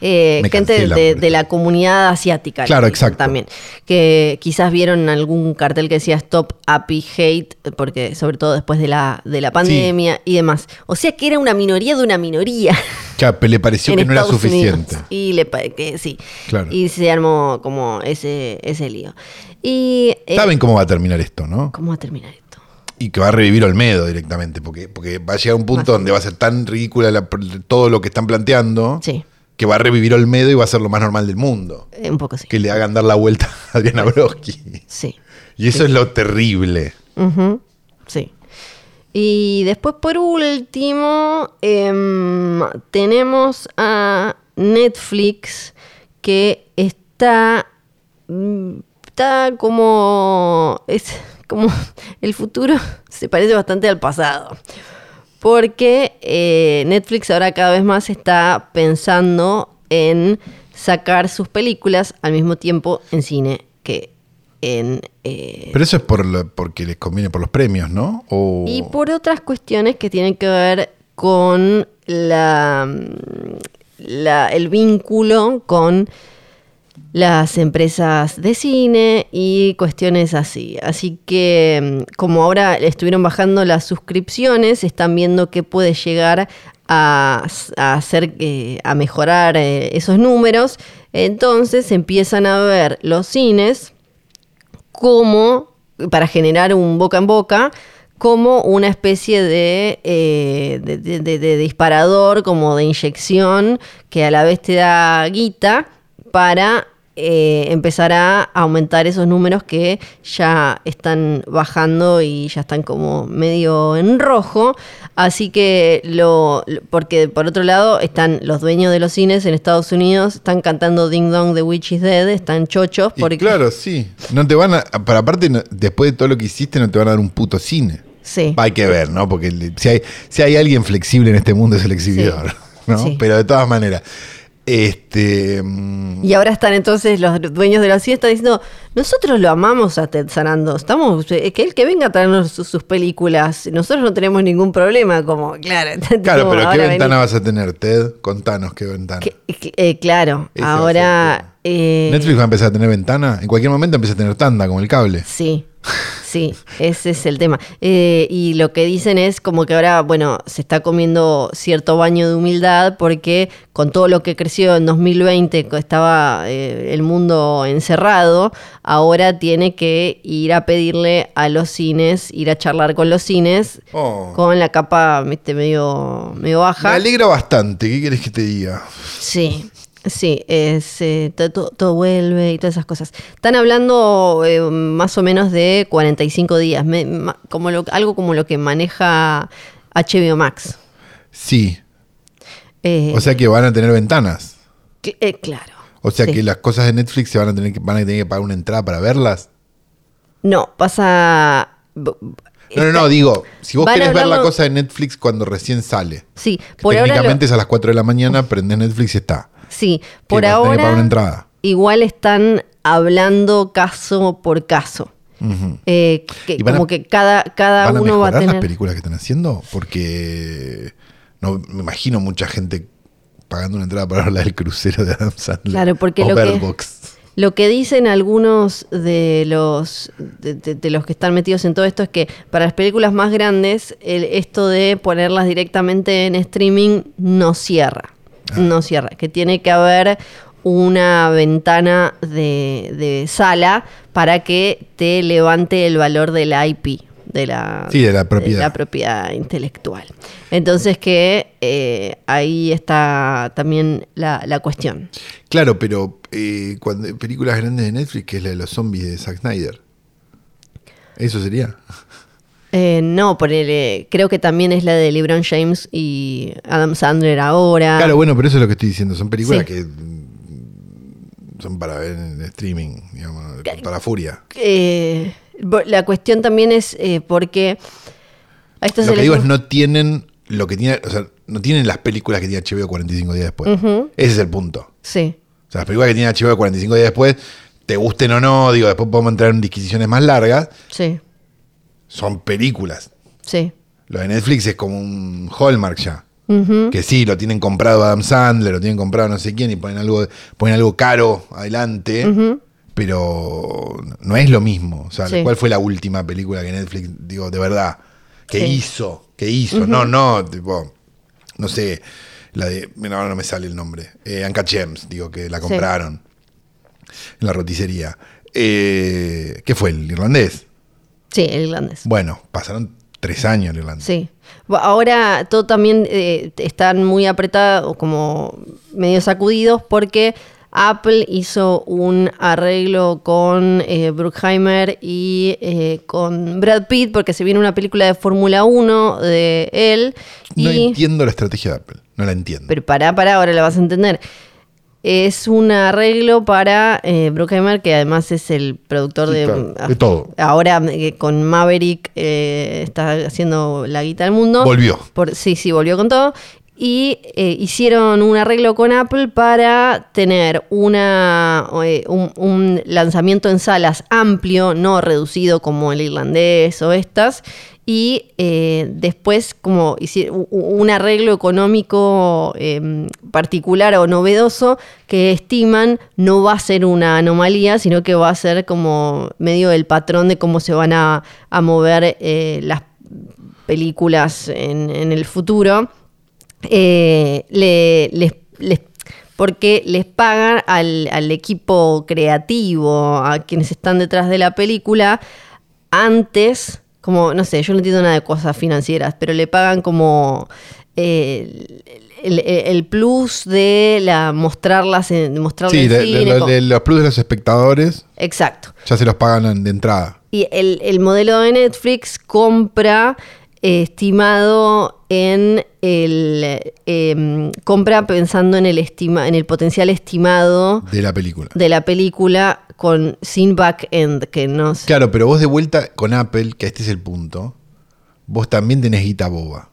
B: eh,
A: Me
B: gente
A: cancelan
B: de,
A: por
B: de
A: eso.
B: la comunidad asiática.
A: Claro,
B: que-
A: exacto.
B: También. Que quizás vieron algún cartel que decía Stop Happy Hate, porque sobre todo después de la, de la pandemia y demás. O sea que era una minoría de una minoría.
A: Claro, pero le pareció
B: en
A: que no era
B: Estados
A: suficiente.
B: Unidos. Y le pa- que sí.
A: Claro.
B: Y se armó como ese, ese lío. Y. eh,
A: Saben cómo va a terminar esto, ¿no?
B: ¿Cómo va a terminar esto?
A: Y que va a revivir Olmedo directamente, porque, porque va a llegar un punto donde va a ser tan ridícula la- todo lo que están planteando,
B: Sí.
A: que va a revivir Olmedo y va a ser lo más normal del mundo.
B: Eh, Un poco sí.
A: Que le hagan dar la vuelta a Adriana Broski.
B: Sí.
A: Y eso es lo terrible.
B: Ujú, Sí. Y después, por último, em, tenemos a Netflix que está. mm, Está como. Es como. El futuro se parece bastante al pasado. Porque eh, Netflix ahora cada vez más está pensando en sacar sus películas al mismo tiempo en cine que en... eh,
A: Pero eso es por la- porque les conviene por los premios, ¿no? O...
B: y por otras cuestiones que tienen que ver con la, mm, la- el vínculo con las empresas de cine y cuestiones así. Así que mm, como ahora estuvieron bajando las suscripciones, están viendo que puede llegar a, a hacer eh, a mejorar eh, esos números. Entonces empiezan a ver los cines como, para generar un boca en boca, como una especie de, eh, de, de- de- de disparador, como de inyección, que a la vez te da guita para eh, empezar a aumentar esos números que ya están bajando y ya están como medio en rojo. Así que lo, lo- porque por otro lado están los dueños de los cines en Estados Unidos, están cantando Ding Dong The Witch is Dead, están chochos.
A: Y
B: porque,
A: claro, sí. No te van a. Para aparte, no- después de todo lo que hiciste, no te van a dar un puto cine.
B: Sí.
A: Hay que ver, ¿no? Porque le- si hay, si hay alguien flexible en este mundo es el exhibidor,
B: Sí.
A: ¿no?
B: Sí.
A: Pero de todas maneras. Este. mm,
B: Y ahora están entonces los dueños de la siesta diciendo, nosotros lo amamos a Ted Sarando, estamos, eh, que él que venga a traernos su- sus películas, nosotros no tenemos ningún problema, como, claro, entonces,
A: Claro,
B: como,
A: pero ¿qué
B: ahora
A: ventana
B: venís.
A: vas a tener, Ted? Contanos qué ventana.
B: Que- que- eh, claro,
A: Ese va a ser
B: ahora... eh,
A: Netflix va a empezar a tener ventana. En cualquier momento empieza a tener tanda, como el cable.
B: Sí, sí, ese es el tema. Eh, y lo que dicen es como que ahora, bueno, se está comiendo cierto baño de humildad porque con todo lo que creció en 2020, que estaba eh, el mundo encerrado, ahora tiene que ir a pedirle a los cines, ir a charlar con los cines,
A: Oh.
B: con la capa viste, medio, medio
A: Me
B: baja.
A: alegra bastante. ¿Qué querés que te diga?
B: Sí, sí, es, eh, to- to- todo, vuelve y todas esas cosas. Están hablando eh, más o menos de 45 días, me- ma- como lo- algo como lo que maneja HBO Max.
A: Sí.
B: Eh,
A: O sea que van a tener ventanas.
B: cl- eh, claro.
A: O sea
B: Sí.
A: que las cosas de Netflix se van a tener que, van a tener que pagar una entrada para verlas.
B: No, pasa... b-
A: No, no,
B: está-
A: no, digo, si vos
B: Van a
A: querés ver la
B: hablarlo-
A: cosa de Netflix cuando recién sale,
B: Sí,
A: que
B: por ahora... lo-
A: técnicamente es a las 4 de la mañana, prendés Netflix y está.
B: sí,
A: Que
B: por
A: vas a tener que
B: ahora...
A: pagar una entrada.
B: Igual están hablando caso por caso.
A: Ujú.
B: Eh, que-
A: Y van a-
B: como que cada, cada
A: ¿Van a
B: uno va
A: mejorar
B: a tener...
A: las películas que están haciendo? Porque no me imagino mucha gente pagando una entrada para hablar del crucero de Adam Sandler.
B: Claro, porque
A: o
B: lo que-
A: Bird Box.
B: Lo que dicen algunos de los de, de- de los que están metidos en todo esto es que para las películas más grandes el- esto de ponerlas directamente en streaming no cierra,
A: Ah.
B: no cierra, que tiene que haber una ventana de, de sala para que te levante el valor de la IP, de la,
A: Sí, de la propiedad.
B: propiedad intelectual. Entonces que eh, ahí está también la, la cuestión.
A: Claro, pero eh, cuando, películas grandes de Netflix, que es la de los zombies de Zack Snyder. Eso sería.
B: Ah. Eh, no, ponele, creo que también es la de LeBron James y Adam Sandler ahora.
A: Claro, bueno, pero eso es lo que estoy diciendo. Son películas
B: Sí.
A: que mm, son para ver en streaming, digamos, para furia.
B: Eh, bo- la cuestión también es eh, porque a esto se
A: lo que
B: le-
A: digo es no tienen lo que tiene, o sea, no tienen las películas que tiene HBO 45 días después. Ese es el punto. O
B: Sí,
A: sea, las películas que tiene HBO 45 días después, te gusten o no, digo, después podemos entrar en disquisiciones más largas,
B: sí,
A: son películas.
B: sí.
A: Lo de Netflix es como un hallmark ya.
B: Ujú.
A: Que sí, lo tienen comprado Adam Sandler, lo tienen comprado no sé quién y ponen algo, ponen algo caro adelante, pero no es lo mismo. O sea,
B: Sí.
A: ¿cuál fue la última película que Netflix, digo, de verdad, que
B: Sí.
A: hizo? Que hizo, no, no, tipo, no sé, la de, mira, ahora no me sale el nombre, eh, Anka James, digo, que la compraron en la roticería. Eh, ¿Qué fue? ¿El irlandés?
B: Sí, el irlandés.
A: Bueno, pasaron tres años el irlandés.
B: Sí. Bu- Ahora todo también eh, están muy apretados, como medio sacudidos, porque Apple hizo un arreglo con eh, Bruckheimer y eh, con Brad Pitt, porque se viene una película de Fórmula 1 de él.
A: No
B: y
A: entiendo la estrategia de Apple, no la entiendo.
B: pero pará, pará, ahora la vas a entender. Es un arreglo para eh, Bruckheimer, que además es el productor
A: Sí,
B: de, ah,
A: claro, de todo.
B: Ahora eh, con Maverick eh, está haciendo la guita al mundo.
A: Volvió.
B: Por, sí, sí, volvió con todo. y eh, hicieron un arreglo con Apple para tener una, eh, un, un lanzamiento en salas amplio, no reducido como el irlandés o estas, y eh, después como hici- u- u- un arreglo económico eh, particular o novedoso que estiman no va a ser una anomalía, sino que va a ser como medio el patrón de cómo se van a, a mover eh, las películas en, en el futuro. Eh, le- les- les- porque les pagan al, al equipo creativo, a quienes están detrás de la película, antes, como, no sé, yo no entiendo nada de cosas financieras, pero le pagan como eh, el, el- el plus de la mostrarlas en, mostrarla
A: Sí,
B: en
A: de- de-
B: cine,
A: de-
B: co-
A: de los plus de los espectadores
B: Exacto.
A: ya se los pagan en- de entrada.
B: Y el, el modelo de Netflix compra eh, estimado en el em, compra pensando en el estima, en el potencial estimado
A: de la película.
B: de la película con sin back end que no sé.
A: Claro, pero vos de vuelta con Apple, que este es el punto, vos también tenés guita boba.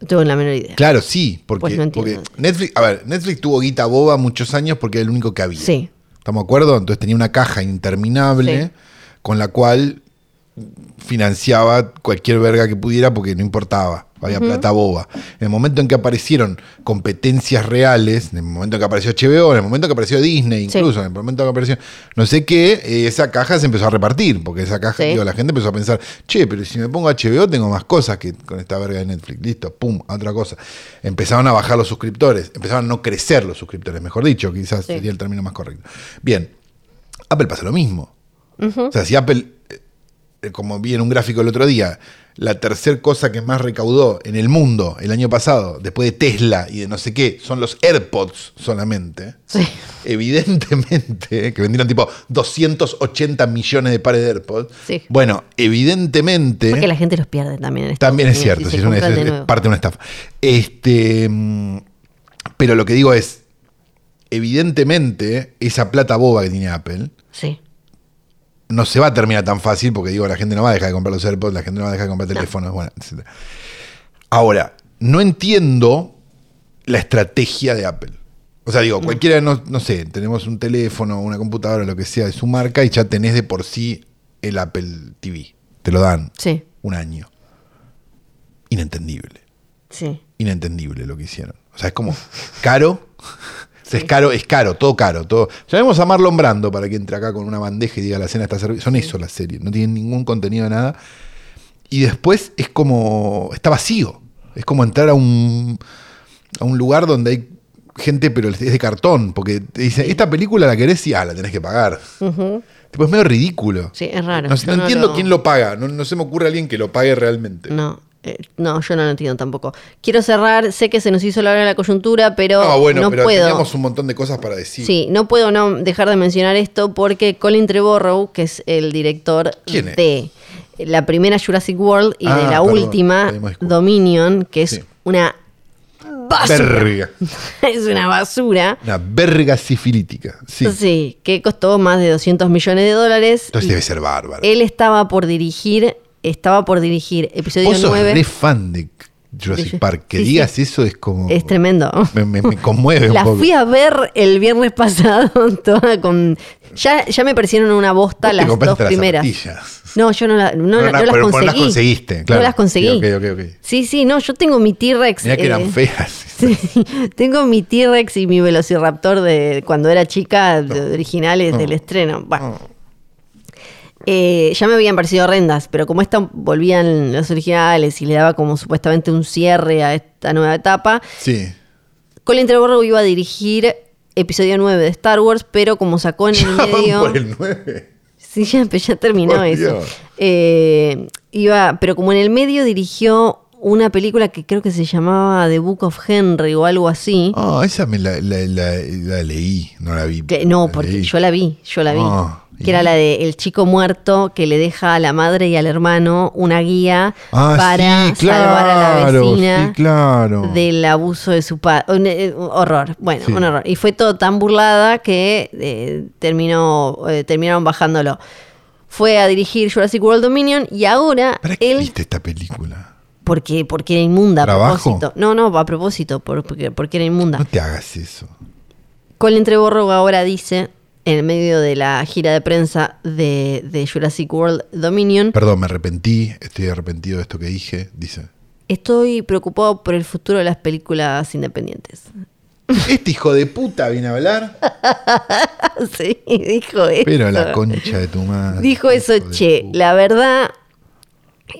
B: no tengo la menor idea.
A: Claro, sí, porque,
B: Pues no
A: porque
B: entiendo.
A: Netflix, a ver, Netflix tuvo guita boba muchos años porque era el único que había.
B: Sí.
A: ¿Estamos de acuerdo? Entonces tenía una caja interminable
B: Sí.
A: con la cual financiaba cualquier verga que pudiera porque no importaba, había plata boba. En el momento en que aparecieron competencias reales, en el momento en que apareció HBO, en el momento en que apareció Disney,
B: Sí.
A: incluso, en el momento en que apareció no sé qué, eh, esa caja se empezó a repartir, porque esa caja,
B: Sí.
A: digo, la gente empezó a pensar, che, pero si me pongo HBO tengo más cosas que con esta verga de Netflix, listo, pum, a otra cosa. Empezaron a bajar los suscriptores, empezaron a no crecer los suscriptores, mejor dicho, quizás
B: Sí.
A: sería el término más correcto. Bien, Apple pasa lo mismo. O sea, si Apple, eh, como vi en un gráfico el otro día, la tercer cosa que más recaudó en el mundo el año pasado, después de Tesla y de no sé qué, son los AirPods solamente.
B: Sí.
A: Evidentemente, eh, que vendieron tipo 280 millones de pares de AirPods.
B: Sí.
A: Bueno, evidentemente.
B: Porque la gente los pierde también. en Estados
A: También es
B: Unidos,
A: cierto, sí,
B: y se
A: es, una-
B: compran
A: es-
B: de
A: es
B: nuevo.
A: parte de una estafa. Este, mm, pero lo que digo es, evidentemente, esa plata boba que tiene Apple
B: Sí.
A: no se va a terminar tan fácil porque digo, la gente no va a dejar de comprar los AirPods, la gente no va a dejar de comprar
B: No.
A: teléfonos, bueno, etc. Ahora, no entiendo la estrategia de Apple. O sea, digo, cualquiera, no, no sé, tenemos un teléfono, una computadora, lo que sea de su marca y ya tenés de por sí el Apple TV. Te lo dan
B: Sí.
A: un año. Inentendible.
B: Sí.
A: Inentendible lo que hicieron. O sea, es como caro. O sea, Es caro, es caro, todo caro, todo. Llamemos a Marlon Brando para que entre acá con una bandeja y diga la cena está servida. Son eso las series, no tienen ningún contenido, nada. Y después es como. está vacío. Es como entrar a un. a un lugar donde hay gente, pero es de cartón. Porque te dicen, esta película la querés y ah, la tenés que pagar.
B: Ujú.
A: Tipo, es medio ridículo.
B: Sí, es raro.
A: No,
B: Yo
A: no
B: no
A: entiendo
B: lo-
A: quién lo paga. No, no se me ocurre alguien que lo pague realmente.
B: No. eh, no, yo no lo entiendo tampoco. Quiero cerrar, sé que se nos hizo la hora de la coyuntura, pero no,
A: No, Ah, bueno, pero
B: puedo.
A: teníamos un montón de cosas para decir.
B: Sí, no puedo no dejar de mencionar esto porque Colin Trevorrow, que es el director
A: ¿Quién es?
B: de la primera Jurassic World y
A: Ah,
B: de la
A: perdón,
B: última
A: pedimos disculpas.
B: Dominion, que es
A: Sí.
B: una basura.
A: Verga.
B: es una basura.
A: Una verga sifilítica. Sí.
B: Sí. que costó más de 200 millones de dólares.
A: Entonces
B: Y
A: debe ser bárbaro.
B: Él estaba por dirigir, estaba por dirigir episodio
A: Vos sos
B: 9.
A: re fan de Jurassic
B: De-
A: Park. Que
B: sí,
A: digas
B: sí.
A: eso es como.
B: Es tremendo.
A: Me, me- me conmueve un
B: La
A: poco.
B: fui a ver el viernes pasado toda con. Ya, ya me parecieron una bosta
A: Vos te
B: las
A: compraste
B: dos
A: las
B: primeras.
A: zapatillas.
B: No, yo no, la- no,
A: No,
B: la-
A: no,
B: no las
A: pero- pero
B: conseguí.
A: las conseguiste, claro.
B: No las conseguí.
A: Sí, ok, ok, ok.
B: Sí, sí, no, yo tengo mi T-Rex.
A: Mirá que
B: eh,
A: eran feas.
B: Sí, tengo mi T-Rex y mi Velociraptor de cuando era chica, de- originales
A: No.
B: del estreno. Bueno.
A: No.
B: Eh, ya me habían parecido horrendas, pero como esta volvían los originales y le daba como supuestamente un cierre a esta nueva etapa,
A: Sí.
B: Colin Trevorrow iba a dirigir episodio 9 de Star Wars, pero como sacó en el
A: Ya van
B: medio.
A: por el 9.
B: Sí, ya, pero ya terminó
A: Por
B: eso.
A: Oh, Dios.
B: Eh, iba, pero como en el medio dirigió una película que creo que se llamaba The Book of Henry o algo así.
A: Ah, esa me la, la- la- la leí, no la vi.
B: Que- no,
A: La
B: porque
A: leí.
B: yo la vi, yo la vi.
A: Ah,
B: que era la de el chico muerto que le deja a la madre y al hermano una guía
A: Ah,
B: para
A: sí, claro,
B: salvar a la vecina
A: sí, claro.
B: del abuso de su padre. Un, eh, un horror, bueno,
A: Sí.
B: un horror. Y fue todo tan burlada que eh, terminó, eh, terminaron bajándolo. Fue a dirigir Jurassic World Dominion y ahora
A: ¿Para qué
B: él
A: viste esta película?
B: Porque, porque era inmunda a
A: ¿Trabajo?
B: propósito. No, no, a propósito, por- porque, porque era inmunda.
A: No te hagas eso.
B: Colin Trevorrow ahora dice, en medio de la gira de prensa de, de Jurassic World Dominion,
A: Perdón, me arrepentí. Estoy arrepentido de esto que dije. Dice.
B: estoy preocupado por el futuro de las películas independientes.
A: Este hijo de puta viene a hablar.
B: sí, dijo eso.
A: Pero la concha de tu madre.
B: dijo eso,
A: hijo de
B: che,
A: puta.
B: la verdad...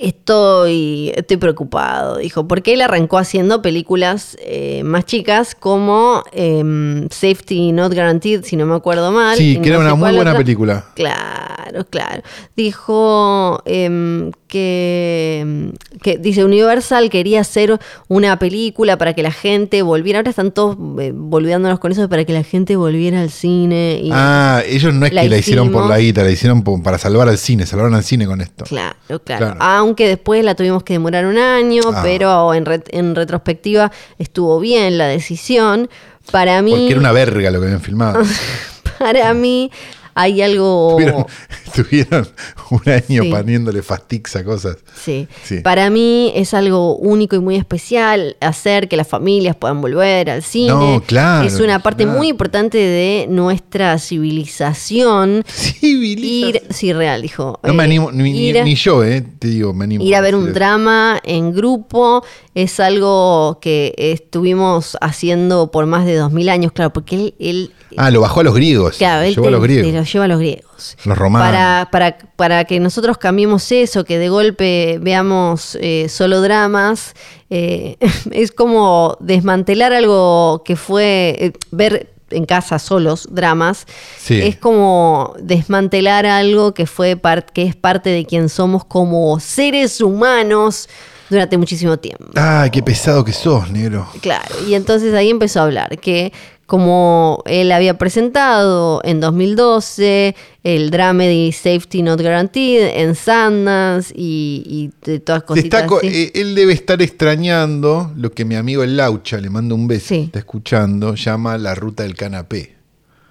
B: Estoy, estoy preocupado, dijo, porque él arrancó haciendo películas eh, más chicas como em, Safety Not Guaranteed, si no me acuerdo mal. y
A: Sí,
B: no
A: que era
B: sé
A: una muy
B: cuál
A: buena
B: otra.
A: película.
B: Claro, claro. Dijo em, que, em, que, dice, Universal quería hacer una película para que la gente volviera. Ahora están todos eh, volviéndonos con eso, para que la gente volviera al cine. Y,
A: Ah, ellos no es
B: La
A: que la hicieron por
B: hicimos.
A: la guita, la hicieron por- para salvar al cine, salvaron al cine con esto.
B: Claro, claro,
A: Claro.
B: Aunque después la tuvimos que demorar un año,
A: Ah.
B: pero en, ret- en retrospectiva estuvo bien la decisión. Para mí,
A: Porque era una verga lo que habían filmado.
B: Oh. para mí hay algo...
A: Tuvieron, tuvieron un año
B: Sí.
A: poniéndole fastixa a cosas.
B: Sí.
A: Sí.
B: Para mí es algo único y muy especial hacer que las familias puedan volver al cine.
A: No, claro,
B: Es una parte
A: claro.
B: muy importante de nuestra civilización. Ir,
A: Civilización.
B: sí, real, dijo.
A: No me
B: Eh,
A: animo, ni, ni-
B: ir, a-
A: ni yo, eh, te digo, me animo.
B: ir a ver un
A: decir
B: drama en grupo es algo que estuvimos haciendo por más de 2000 años, claro, porque él, él
A: eso. Ah, lo bajó a los griegos.
B: Claro,
A: lo
B: él
A: llevó a los
B: te- te lo
A: griegos.
B: lleva a los griegos.
A: Los romanos.
B: Para, para, para que nosotros cambiemos eso, que de golpe veamos eh, solo dramas, eh, es como desmantelar algo que fue eh, ver en casa solos dramas.
A: Sí.
B: Es como desmantelar algo que fue par- que es parte de quien somos como seres humanos durante muchísimo tiempo.
A: Ah, qué pesado que sos, negro.
B: Claro, y entonces ahí empezó a hablar que como él había presentado en 2012 el drama de Safety Not Guaranteed en Sundance y, y de todas
A: Te está
B: cositas
A: co-
B: así.
A: eh, él debe estar extrañando lo que mi amigo el Laucha, le mando un beso,
B: Sí.
A: está escuchando, llama la ruta del canapé.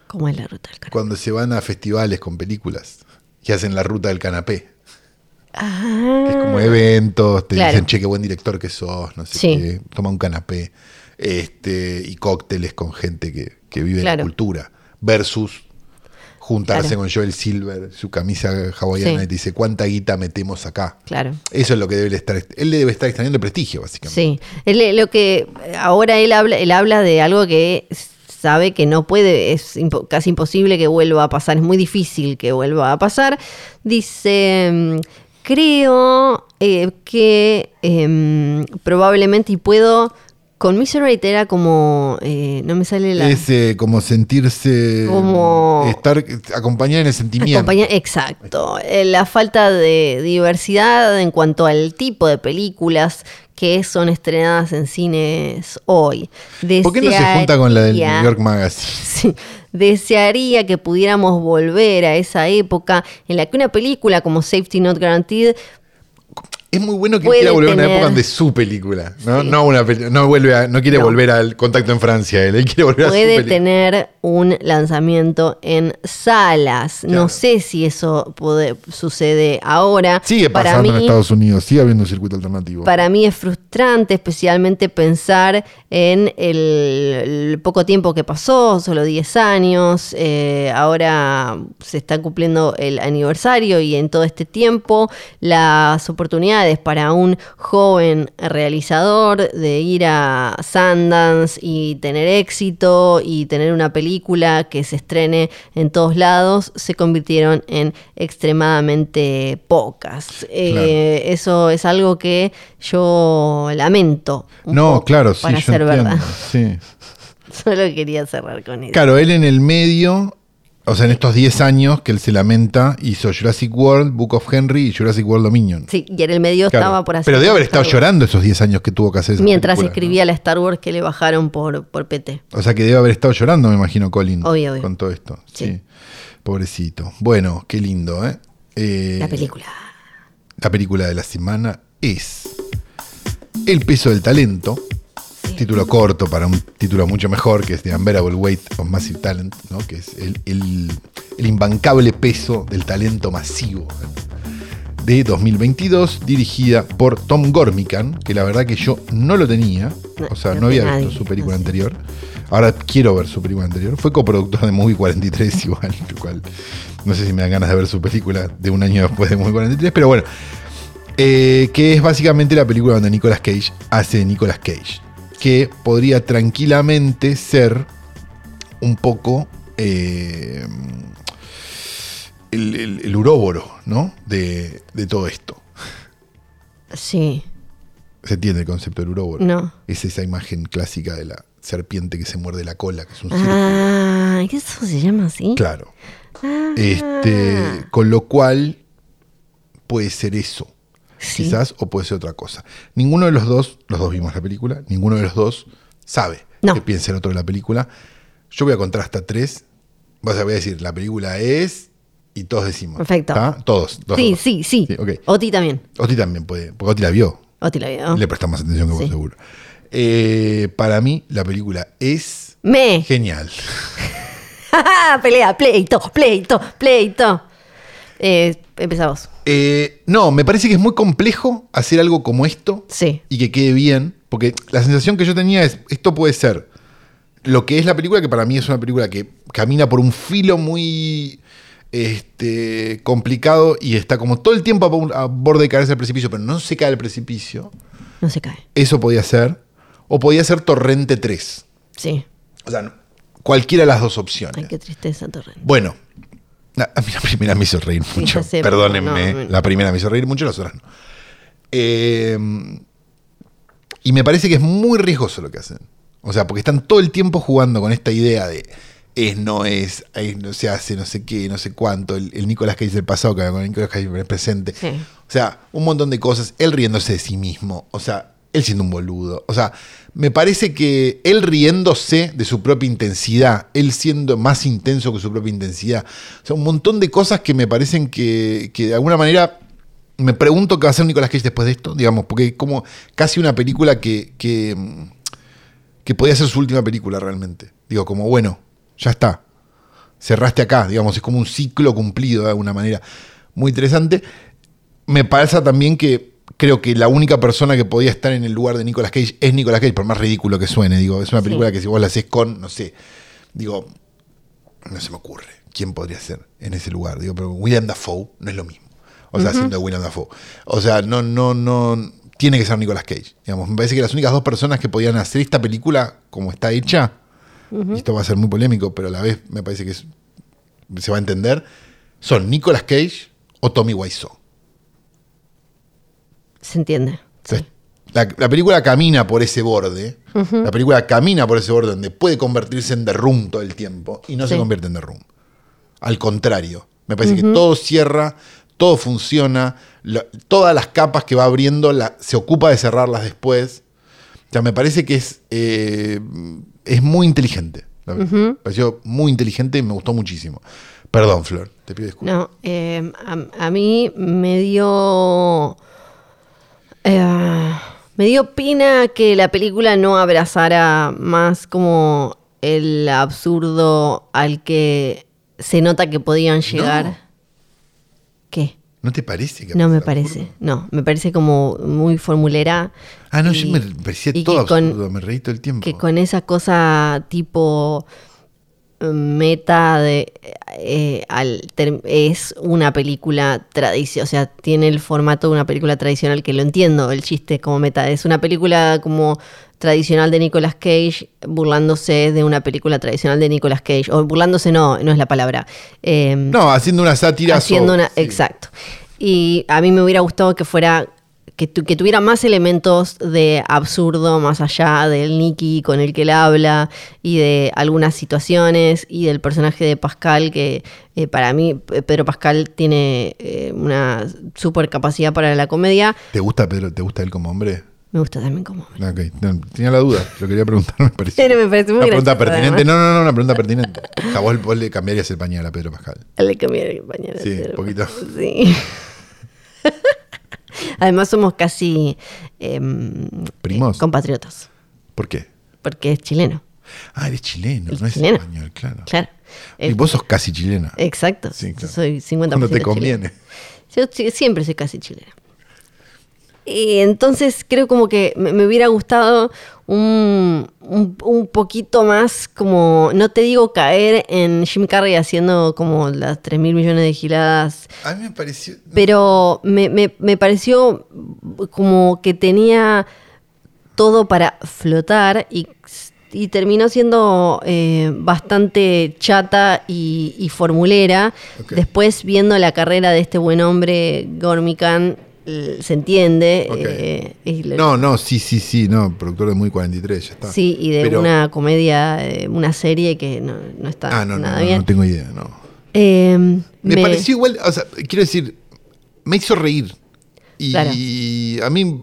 B: ¿Cómo es la ruta del canapé?
A: Cuando se van a festivales con películas y hacen la ruta del canapé.
B: Ah,
A: que es como eventos, te
B: Claro.
A: dicen, che, qué buen director que sos, no sé
B: Sí.
A: qué, toma un canapé, este, y cócteles con gente que, que vive la
B: Claro.
A: cultura, versus juntarse
B: Claro.
A: con Joel Silver, su camisa hawaiana,
B: Sí.
A: y te dice, ¿cuánta guita metemos acá?
B: claro.
A: Eso es lo que debe estar, él debe estar extrañando el prestigio, básicamente.
B: Sí, él, eh, lo que ahora él habla, él habla de algo que sabe que no puede, es impo- casi imposible que vuelva a pasar, es muy difícil que vuelva a pasar. Dice, mm, creo eh, que em, probablemente y puedo, con Miserate era como, eh, no me sale la...
A: Es eh, como sentirse,
B: Como-
A: estar acompañado en el sentimiento.
B: Acompaña- exacto. Eh, La falta de diversidad en cuanto al tipo de películas que son estrenadas en cines hoy.
A: ¿Por qué no se junta con la del
B: Desearía-
A: New York Magazine?
B: Sí. Desearía que pudiéramos volver a esa época en la que una película como Safety Not Guaranteed
A: Es muy bueno que
B: Puede
A: quiera volver a una
B: tener-
A: época donde su película, ¿no?
B: Sí.
A: No, una peli- no vuelve a- no quiere
B: No.
A: volver al contacto en Francia, él, él quiere volver a su
B: puede
A: película.
B: tener un lanzamiento en salas.
A: Claro.
B: No sé si eso puede- sucede ahora.
A: Sigue
B: Para
A: pasando en
B: mí-
A: Estados Unidos, sigue habiendo un circuito alternativo.
B: Para mí es frustrante, especialmente pensar en el, el poco tiempo que pasó, solo 10 años. eh, ahora se está cumpliendo el aniversario y en todo este tiempo las oportunidades para un joven realizador de ir a Sundance y tener éxito y tener una película que se estrene en todos lados se convirtieron en extremadamente pocas. Eh,
A: Claro.
B: eh, eso es algo que yo lamento. un
A: no,
B: poco,
A: claro, sí,
B: para
A: yo
B: ser
A: entiendo.
B: verdad.
A: sí.
B: Solo quería cerrar con eso.
A: Claro, él en el medio, o sea, en estos 10 años que él se lamenta, hizo Jurassic World, Book of Henry y Jurassic World Dominion.
B: Sí, y en el medio
A: Claro.
B: estaba por hacer.
A: Pero debe haber estado
B: Star Wars.
A: llorando esos 10 años que tuvo que hacer esa
B: Mientras
A: película,
B: escribía la Star Wars que le bajaron por, por PT.
A: ¿no? O sea, que debe haber estado llorando, me imagino, Colin.
B: Obvio, obvio.
A: Con todo esto. Sí.
B: Sí.
A: Pobrecito. Bueno, qué lindo, ¿eh? Eh,
B: La película.
A: La película de la semana es El peso del talento. Título corto para un título mucho mejor que es The Unbearable Weight of Massive Talent, ¿no? que es el, el- el imbancable peso del talento masivo. de 2022, dirigida por Tom Gormican, que la verdad que yo no lo tenía,
B: No,
A: o sea,
B: creo
A: no
B: que
A: había
B: nadie,
A: visto su película
B: no sé.
A: anterior. Ahora quiero ver su película anterior. Fue coproductor de Movie 43 igual, lo cual no sé si me dan ganas de ver su película de un año después de Movie 43, pero bueno, eh, que es básicamente la película donde Nicolas Cage hace de Nicolas Cage, que podría tranquilamente ser un poco eh, el, el- el uróboro, ¿no? De, de todo esto.
B: Sí.
A: ¿Se entiende el concepto del uróboro?
B: No.
A: Es esa imagen clásica de la serpiente que se muerde la cola, que es un círculo.
B: Ah, ¿qué eso se llama así?
A: Claro.
B: Ah,
A: Este, con lo cual puede ser eso,
B: sí.
A: quizás, o puede ser otra cosa. Ninguno de los dos, los dos vimos la película, ninguno de los dos sabe
B: No.
A: qué piensa el otro de la película. Yo voy a contar hasta tres. Vas a, voy a decir, la película es. Y todos decimos.
B: Perfecto.
A: ¿Está? Todos. dos,
B: Sí,
A: dos.
B: sí, sí.
A: Sí, ok.
B: Oti también.
A: Oti también puede, porque Oti la vio.
B: Oti la vio.
A: Le prestamos más atención que vos,
B: Ah. Sí.
A: seguro. Eh, para mí, la película es
B: Me.
A: genial.
B: Pelea, pleito, pleito, pleito. Eh, empezá vos.
A: Eh, no, me parece que es muy complejo hacer algo como esto
B: Sí.
A: y que quede bien, porque la sensación que yo tenía es, esto puede ser lo que es la película, que para mí es una película que camina por un filo muy este, complicado y está como todo el tiempo a, bu- a borde de caerse al precipicio, pero no se cae al precipicio.
B: No se cae.
A: Eso podía ser. O podía ser Torrente 3.
B: Sí.
A: O sea, no- cualquiera de las dos opciones.
B: Ay, qué tristeza, Torrente.
A: Bueno, la, a mí la primera me hizo reír mucho.
B: ya sé,
A: Perdónenme,
B: pero no, no.
A: la primera me hizo reír mucho, las otras no. Eh, y me parece que es muy riesgoso lo que hacen. O sea, porque están todo el tiempo jugando con esta idea de es, no es, es, no se hace, no sé qué, no sé cuánto. El, el Nicolás Cage del pasado que habla con el Nicolás Cage del presente.
B: Sí.
A: O sea, un montón de cosas. Él riéndose de sí mismo. O sea, él siendo un boludo. O sea, me parece que él riéndose de su propia intensidad. Él siendo más intenso que su propia intensidad. O sea, un montón de cosas que me parecen que, que de alguna manera me pregunto qué va a hacer Nicolas Cage después de esto, digamos, porque es como casi una película que, que, mm, que podía ser su última película realmente. Digo, como bueno, ya está. Cerraste acá, digamos, es como un ciclo cumplido de alguna manera. Muy interesante. Me pasa también que creo que la única persona que podía estar en el lugar de Nicolas Cage es Nicolas Cage, por más ridículo que suene. Digo, es una
B: Sí.
A: película que si vos la haces con, no sé, digo, no se me ocurre quién podría ser en ese lugar. Digo, pero William Dafoe no es lo mismo. O sea, haciendo de William Dafoe. O sea, no, no, no. Tiene que ser Nicolas Cage. Digamos, me parece que las únicas dos personas que podían hacer esta película como está hecha, y esto va a ser muy polémico, pero a la vez me parece que es- se va a entender, son Nicolas Cage o Tommy Wiseau.
B: Se entiende. Sí.
A: Entonces, La, la película camina por ese borde. La película camina por ese borde donde puede convertirse en The Room todo el tiempo y no se
B: Sí.
A: convierte en The Room. Al contrario, me parece que todo cierra, todo funciona, la- todas las capas que va abriendo la- se ocupa de cerrarlas después. O sea, me parece que es, eh, es muy inteligente. la verdad. Me pareció muy inteligente y me gustó muchísimo. Perdón, Flor, te pido disculpas.
B: No, eh, a, a mí me dio. eh, me dio pena que la película no abrazara más como el absurdo al que se nota que podían llegar.
A: No.
B: ¿Qué?
A: ¿No te parece que
B: No me
A: absurdo?
B: parece, no, me parece como muy formulera.
A: Ah, no,
B: Y-
A: yo me parecía
B: y
A: todo
B: que con-
A: absurdo, me reí todo el tiempo.
B: que con esa cosa tipo eh, meta de eh, al ter- es una película tradicional, o sea, tiene el formato de una película tradicional que lo entiendo, el chiste como meta, es una película como tradicional de Nicolas Cage burlándose de una película tradicional de Nicolas Cage, o burlándose no, no es la palabra. Em,
A: No, haciendo una sátira.
B: haciendo
A: sobre-
B: una,
A: sí.
B: exacto. Y a mí me hubiera gustado que fuera que, tu- que tuviera más elementos de absurdo más allá del Nicky con el que él habla y de algunas situaciones y del personaje de Pascal que eh, para mí P- Pedro Pascal tiene eh, una super capacidad para la comedia.
A: ¿Te gusta Pedro? ¿Te gusta él como hombre?
B: Me gusta también como hombre.
A: No, ok. No, tenía la duda, lo quería preguntar, me pareció.
B: Pero me parece muy
A: una pregunta
B: gracioso,
A: pertinente.
B: además.
A: No, no, no, una pregunta pertinente. A vos, vos le cambiarías el pañal a Pedro Pascal.
B: Le cambié el pañal a
A: Sí,
B: Pedro.
A: poquito.
B: Sí. Además somos casi em,
A: Primos.
B: compatriotas,
A: ¿Por qué?
B: porque es chileno.
A: Ah, eres chileno,
B: El
A: no es
B: chileno.
A: español, claro.
B: Claro. Eh,
A: Y vos sos casi chilena.
B: Exacto.
A: Sí, claro.
B: Soy 50%
A: Cuando te
B: chilena.
A: conviene.
B: Yo si- siempre soy casi chilena. Y entonces creo como que me, me hubiera gustado un, un, un poquito más como, no te digo caer en Jim Carrey haciendo como las 3 mil millones de giladas
A: A mí me pareció.
B: pero me, me- me pareció como que tenía todo para flotar y, y terminó siendo eh, bastante chata y, y formulera.
A: Ok.
B: Después, viendo la carrera de este buen hombre, Gormican, eh, se entiende.
A: Ok.
B: eh, y lo-
A: No, no, sí, sí, sí, no, productor de Muy 43, ya está.
B: Sí, y de
A: Pero-
B: una comedia, eh, una serie que no, no está
A: Ah, no, no,
B: nada
A: no,
B: bien.
A: no tengo idea, no.
B: Eh,
A: Me,
B: me-
A: pareció igual, o sea, quiero decir, me hizo reír. Y
B: Claro.
A: a mí,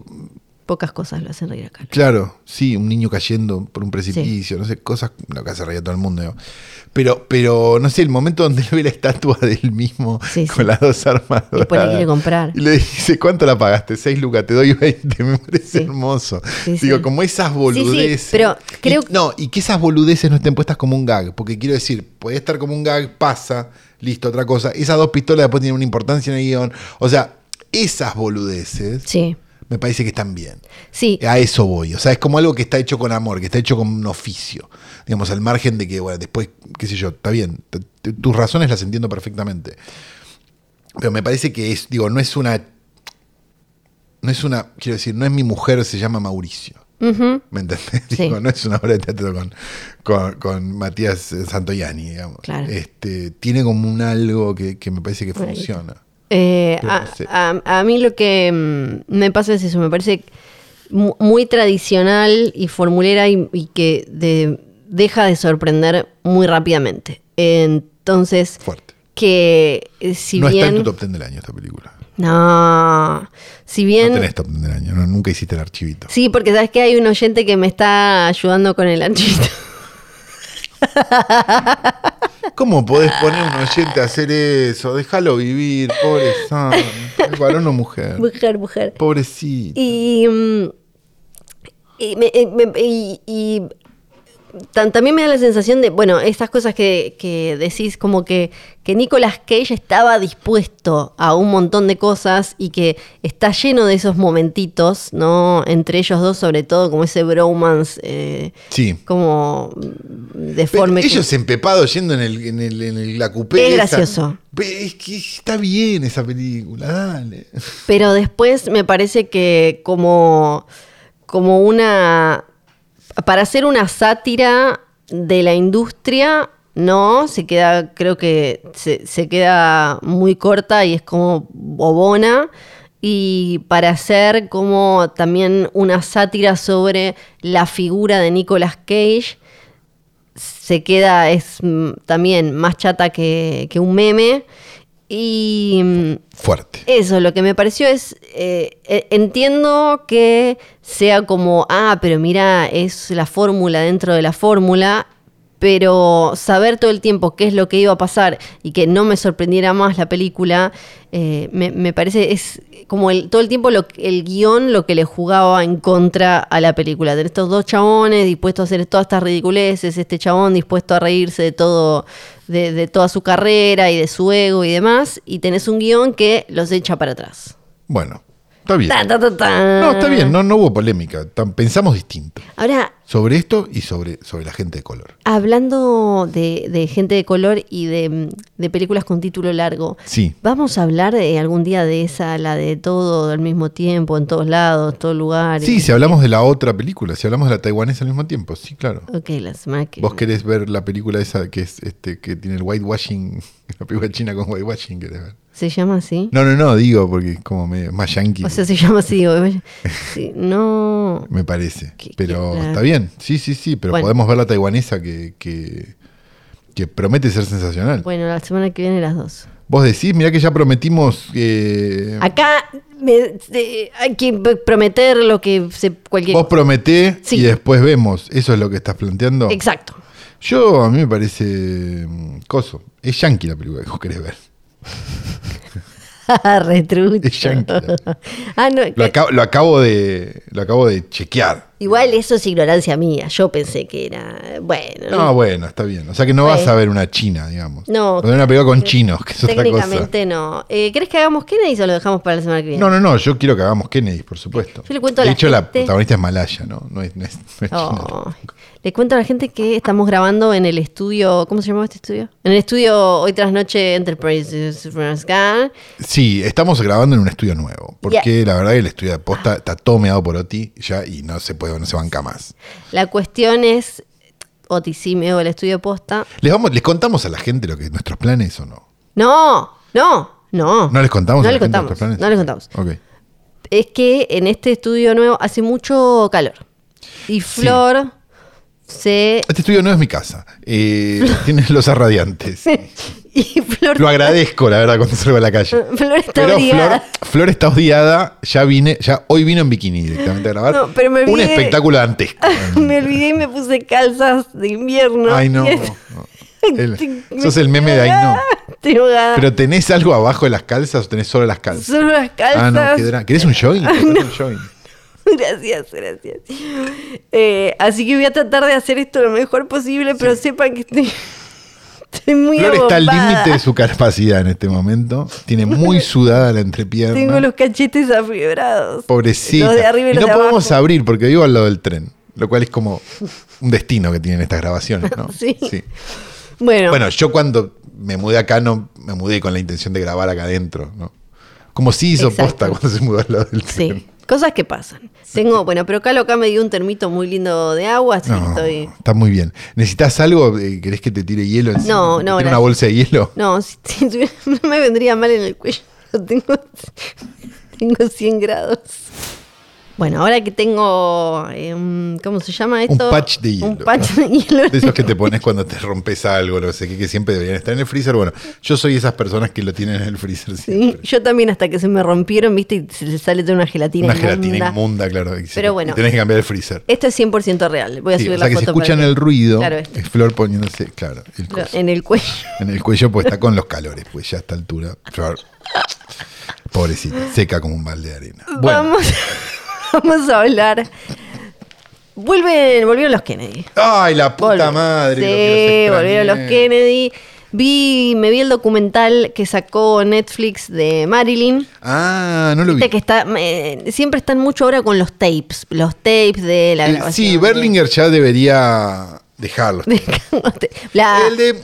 B: Pocas cosas lo hacen reír acá.
A: claro, sí, un niño cayendo por un precipicio, no sé, cosas, lo que hace reír a todo el mundo. digo. Pero, pero, no sé, el momento donde le ve la estatua del mismo
B: Sí,
A: con
B: sí.
A: las dos armas.
B: Y después la
A: doradas,
B: quiere comprar.
A: Y le dice, ¿cuánto la pagaste? Seis lucas, te doy 20, me parece
B: Sí.
A: hermoso.
B: Sí,
A: Digo,
B: sí.
A: como esas boludeces.
B: pero creo-
A: Y- no, y que esas boludeces no estén puestas como un gag, porque quiero decir, puede estar como un gag, pasa, listo, otra cosa. Esas dos pistolas después tienen una importancia en el guión. O sea, esas boludeces
B: Sí,
A: me parece que están bien.
B: sí.
A: A eso voy. O sea, es como algo que está hecho con amor, que está hecho con un oficio. Digamos, al margen de que, bueno, después, qué sé yo, está bien. t- t- Tus razones las entiendo perfectamente. Pero me parece que es, digo, no es una. No es una. Quiero decir, no es mi mujer, se llama Mauricio.
B: Ujú.
A: ¿Me entendés?
B: Sí.
A: Digo, no es una obra de teatro con, con, con Matías eh, Santoyani, digamos.
B: Claro.
A: Este, tiene como un algo que, que me parece que
B: Bueno,
A: funciona.
B: Eh,
A: Pero este
B: a,
A: sí.
B: a- a mí lo que mm, me pasa es eso, me parece mu- muy tradicional y formulera y, y que de- deja de sorprender muy rápidamente. Entonces,
A: Fuerte.
B: que eh, si
A: no
B: bien...
A: está en tu top 10 del año esta película.
B: No, si bien...
A: No tenés top 10 del año, no, nunca hiciste el archivito.
B: Sí, porque sabes que hay un oyente que me está ayudando con el archivito.
A: ¿Cómo podés poner a un oyente a hacer eso? Déjalo vivir, pobre Sam. ¿Es varón o mujer?
B: mujer, mujer.
A: Pobrecito.
B: Y, mm, y me- y me- y- y tan- también me da la sensación de, bueno, estas cosas que, que decís, como que, que Nicolas Cage estaba dispuesto a un montón de cosas y que está lleno de esos momentitos, ¿no? Entre ellos dos, sobre todo, como ese bromance eh,
A: Sí.
B: como mm, deforme. que-
A: ellos empepados yendo en, el, en, el, en el- la cupé.
B: Es
A: esa.
B: gracioso.
A: Ve, Es que está bien esa película, dale.
B: Pero después me parece que como, como una... Para hacer una sátira de la industria, no, se queda, creo que se, se queda muy corta y es como bobona. Y para hacer como también una sátira sobre la figura de Nicolas Cage, se queda, es mm, también más chata que, que un meme. Y mm,
A: Fuerte.
B: eso, lo que me pareció es, eh, eh, entiendo que sea como, ah, pero mira, es la fórmula dentro de la fórmula, pero saber todo el tiempo qué es lo que iba a pasar y que no me sorprendiera más la película, eh, me, me parece, es como el, todo el tiempo lo que- el guión lo que le jugaba en contra a la película. De estos dos chabones dispuestos a hacer todas estas ridiculeces, este chabón dispuesto a reírse de todo de, de toda su carrera y de su ego y demás, y tenés un guión que los echa para atrás.
A: Bueno, está bien.
B: Ta, ta, ta, ta.
A: No, está bien, no, no hubo polémica. Tan- pensamos distinto.
B: Ahora,
A: Sobre esto y sobre, sobre la gente de color.
B: hablando de, de gente de color y de, mm, de películas con título largo,
A: Sí.
B: vamos a hablar eh, algún día de esa, la de todo al mismo tiempo, en todos lados, todos lugares.
A: Sí, si hablamos de la otra película, si hablamos de la taiwanesa al mismo tiempo, sí, claro.
B: Ok, la semana que
A: Vos querés ver la película esa que es este que tiene el whitewashing, la película china con whitewashing, querés ver.
B: se llama así.
A: No, no, no, digo porque es como medio- más yankee,
B: O sea, se llama así. digo, sí, no.
A: me parece.
B: que- que
A: Pero
B: la-
A: está bien, sí, sí, sí, pero
B: Bueno.
A: podemos ver la taiwanesa que, que, que promete ser sensacional.
B: Bueno, la semana que viene las dos.
A: Vos decís, mirá que ya prometimos eh,
B: Acá me- eh, hay que p- prometer lo que se, cualquier
A: vos prometés
B: Sí.
A: y después vemos. ¿Eso es lo que estás planteando?
B: Exacto.
A: Yo, a mí me parece mm, coso. Es yankee la película que vos querés ver.
B: Retrucho.
A: Es yankee.
B: ah, no,
A: Lo,
B: que- Ah, Eh.
A: acabo, lo acabo de lo acabo de chequear.
B: Igual eso es ignorancia mía. Yo pensé que era. Bueno.
A: No, bueno, está bien. O sea que no vas
B: Bueno.
A: a ver una china, digamos.
B: Eh, No.
A: Vas a ver una película con chinos, que es otra cosa.
B: técnicamente no. Eh, ¿Crees que hagamos Kennedy o lo dejamos para la semana que viene?
A: No, no, no, yo quiero que hagamos Kennedy, por supuesto.
B: Yo le cuento a
A: de
B: la
A: hecho, la
B: gente-
A: protagonista es malaya, ¿no? No es, no es- no es china.
B: Oh. Le cuento a la gente que estamos grabando en el estudio. ¿Cómo se llamaba este estudio? En el estudio Hoy Tras Noche Enterprise Scan.
A: Sí, estamos grabando en un estudio nuevo, porque la verdad que el estudio de posta está tomeado por Oti ya y no se puede, no se banca más.
B: La cuestión es. Oticime o el estudio posta.
A: ¿Les, vamos, ¿Les contamos a la gente lo que nuestros planes o no?
B: No, no, no.
A: ¿No les contamos
B: No
A: a
B: les
A: la gente
B: contamos.
A: nuestros planes?
B: No les contamos.
A: Ok.
B: Es que en este estudio nuevo hace mucho calor. Y Flor se.
A: Este estudio no es mi casa. Eh, tiene losas radiantes.
B: y Flor,
A: Lo agradezco, la verdad, cuando salgo a la calle.
B: Flor está
A: Pero Flor,
B: abrigada.
A: Flor está odiada, ya vine, ya hoy vino en bikini directamente a grabar.
B: No, pero me
A: Un
B: olvidé.
A: espectáculo dantesco.
B: me olvidé y me puse calzas de invierno.
A: Ay, no.
B: Y-
A: no. El- sos el meme de ahí, no.
B: Estoy ahogada.
A: Pero tenés algo abajo de las calzas o tenés solo las calzas.
B: Solo las calzas.
A: Ah, no, qué drama. ¿Querés un jogging?
B: Ah,
A: Comprate un jogging.
B: Gracias, gracias. Eh, así que voy a tratar de hacer esto lo mejor posible, pero sepan que estoy, estoy muy
A: Flor está al
B: abombada.
A: límite de su capacidad en este momento. Tiene muy sudada la entrepierna.
B: Tengo los cachetes afiebrados.
A: Pobrecita.
B: Los de arriba y,
A: y
B: los
A: no
B: de
A: podemos
B: abajo.
A: abrir porque vivo al lado del tren, lo cual es como un destino que tienen estas grabaciones, ¿no?
B: Sí. Bueno,
A: Bueno, yo cuando me mudé acá no me mudé con la intención de grabar acá adentro, ¿no? Como si hizo
B: Exacto.
A: posta cuando se mudó al lado del
B: sí.
A: tren.
B: Cosas que pasan. Tengo, bueno, pero Calo acá me dio un termito muy lindo de agua, así que
A: No,
B: estoy.
A: está muy bien. ¿Necesitas algo? Eh, ¿Querés que te tire hielo? encima?
B: No,
A: ¿Te
B: no,
A: tire una
B: gracias.
A: bolsa de hielo?
B: No, si, si tuviera- no me vendría mal en el cuello. Lo Tengo, tengo 100 grados. Bueno, ahora que tengo, eh, un- ¿cómo se llama esto?
A: patch de hielo.
B: Un patch de hielo.
A: De esos que te pones cuando te rompes algo, no sé qué, que siempre deberían estar en el freezer. Bueno, yo soy esas personas que lo tienen en el freezer
B: Sí,
A: siempre.
B: yo también hasta que se me rompieron, viste, y se le sale toda una gelatina
A: Una
B: inmunda.
A: gelatina inmunda, claro. y se-
B: Pero bueno.
A: y tenés que cambiar el freezer.
B: Esto es 100% real. Voy a
A: Sí,
B: subir
A: o sea
B: la
A: que si
B: foto para
A: escuchan
B: que-
A: el ruido,
B: Claro, este.
A: es Flor poniéndose, claro, el
B: Lo-
A: coso.
B: en el cuello.
A: en el cuello, pues está con los calores, pues ya a esta altura. Flor, pobrecita, seca como un balde de arena. Bueno.
B: Vamos, vamos a hablar. Vuelven, volvieron los Kennedy.
A: Ay, la puta
B: Volvieron.
A: madre. lo que
B: Sí,
A: los
B: volvieron los
A: extrañé.
B: Kennedy. Vi, me vi el documental que sacó Netflix de Marilyn.
A: Ah, no lo vi.
B: Viste que está, eh, siempre están mucho ahora con los tapes, los tapes de la
A: El-
B: grabación.
A: sí, Berlinger ya debería dejarlo.
B: De Carlos T- la,
A: El de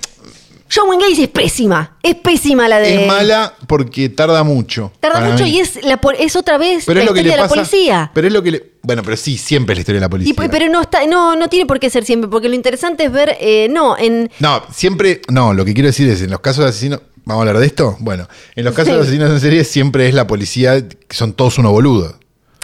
B: John Wayne Gacy es pésima. Es pésima la de.
A: es mala porque tarda mucho.
B: Tarda
A: para
B: mucho
A: mí.
B: y es, la, po- es otra vez
A: pero
B: la
A: es lo que le
B: historia de la
A: pasa,
B: policía.
A: Pero es lo que le, bueno, pero sí, siempre es la historia de la policía.
B: Y pe- pero no está, no, no tiene por qué ser siempre, porque lo interesante es ver, eh, no, en
A: No, siempre, no, lo que quiero decir es, en los casos de asesinos, ¿vamos a hablar de esto? Bueno, en los casos
B: Sí.
A: de asesinos en serie siempre es la policía, que son todos unos boludos.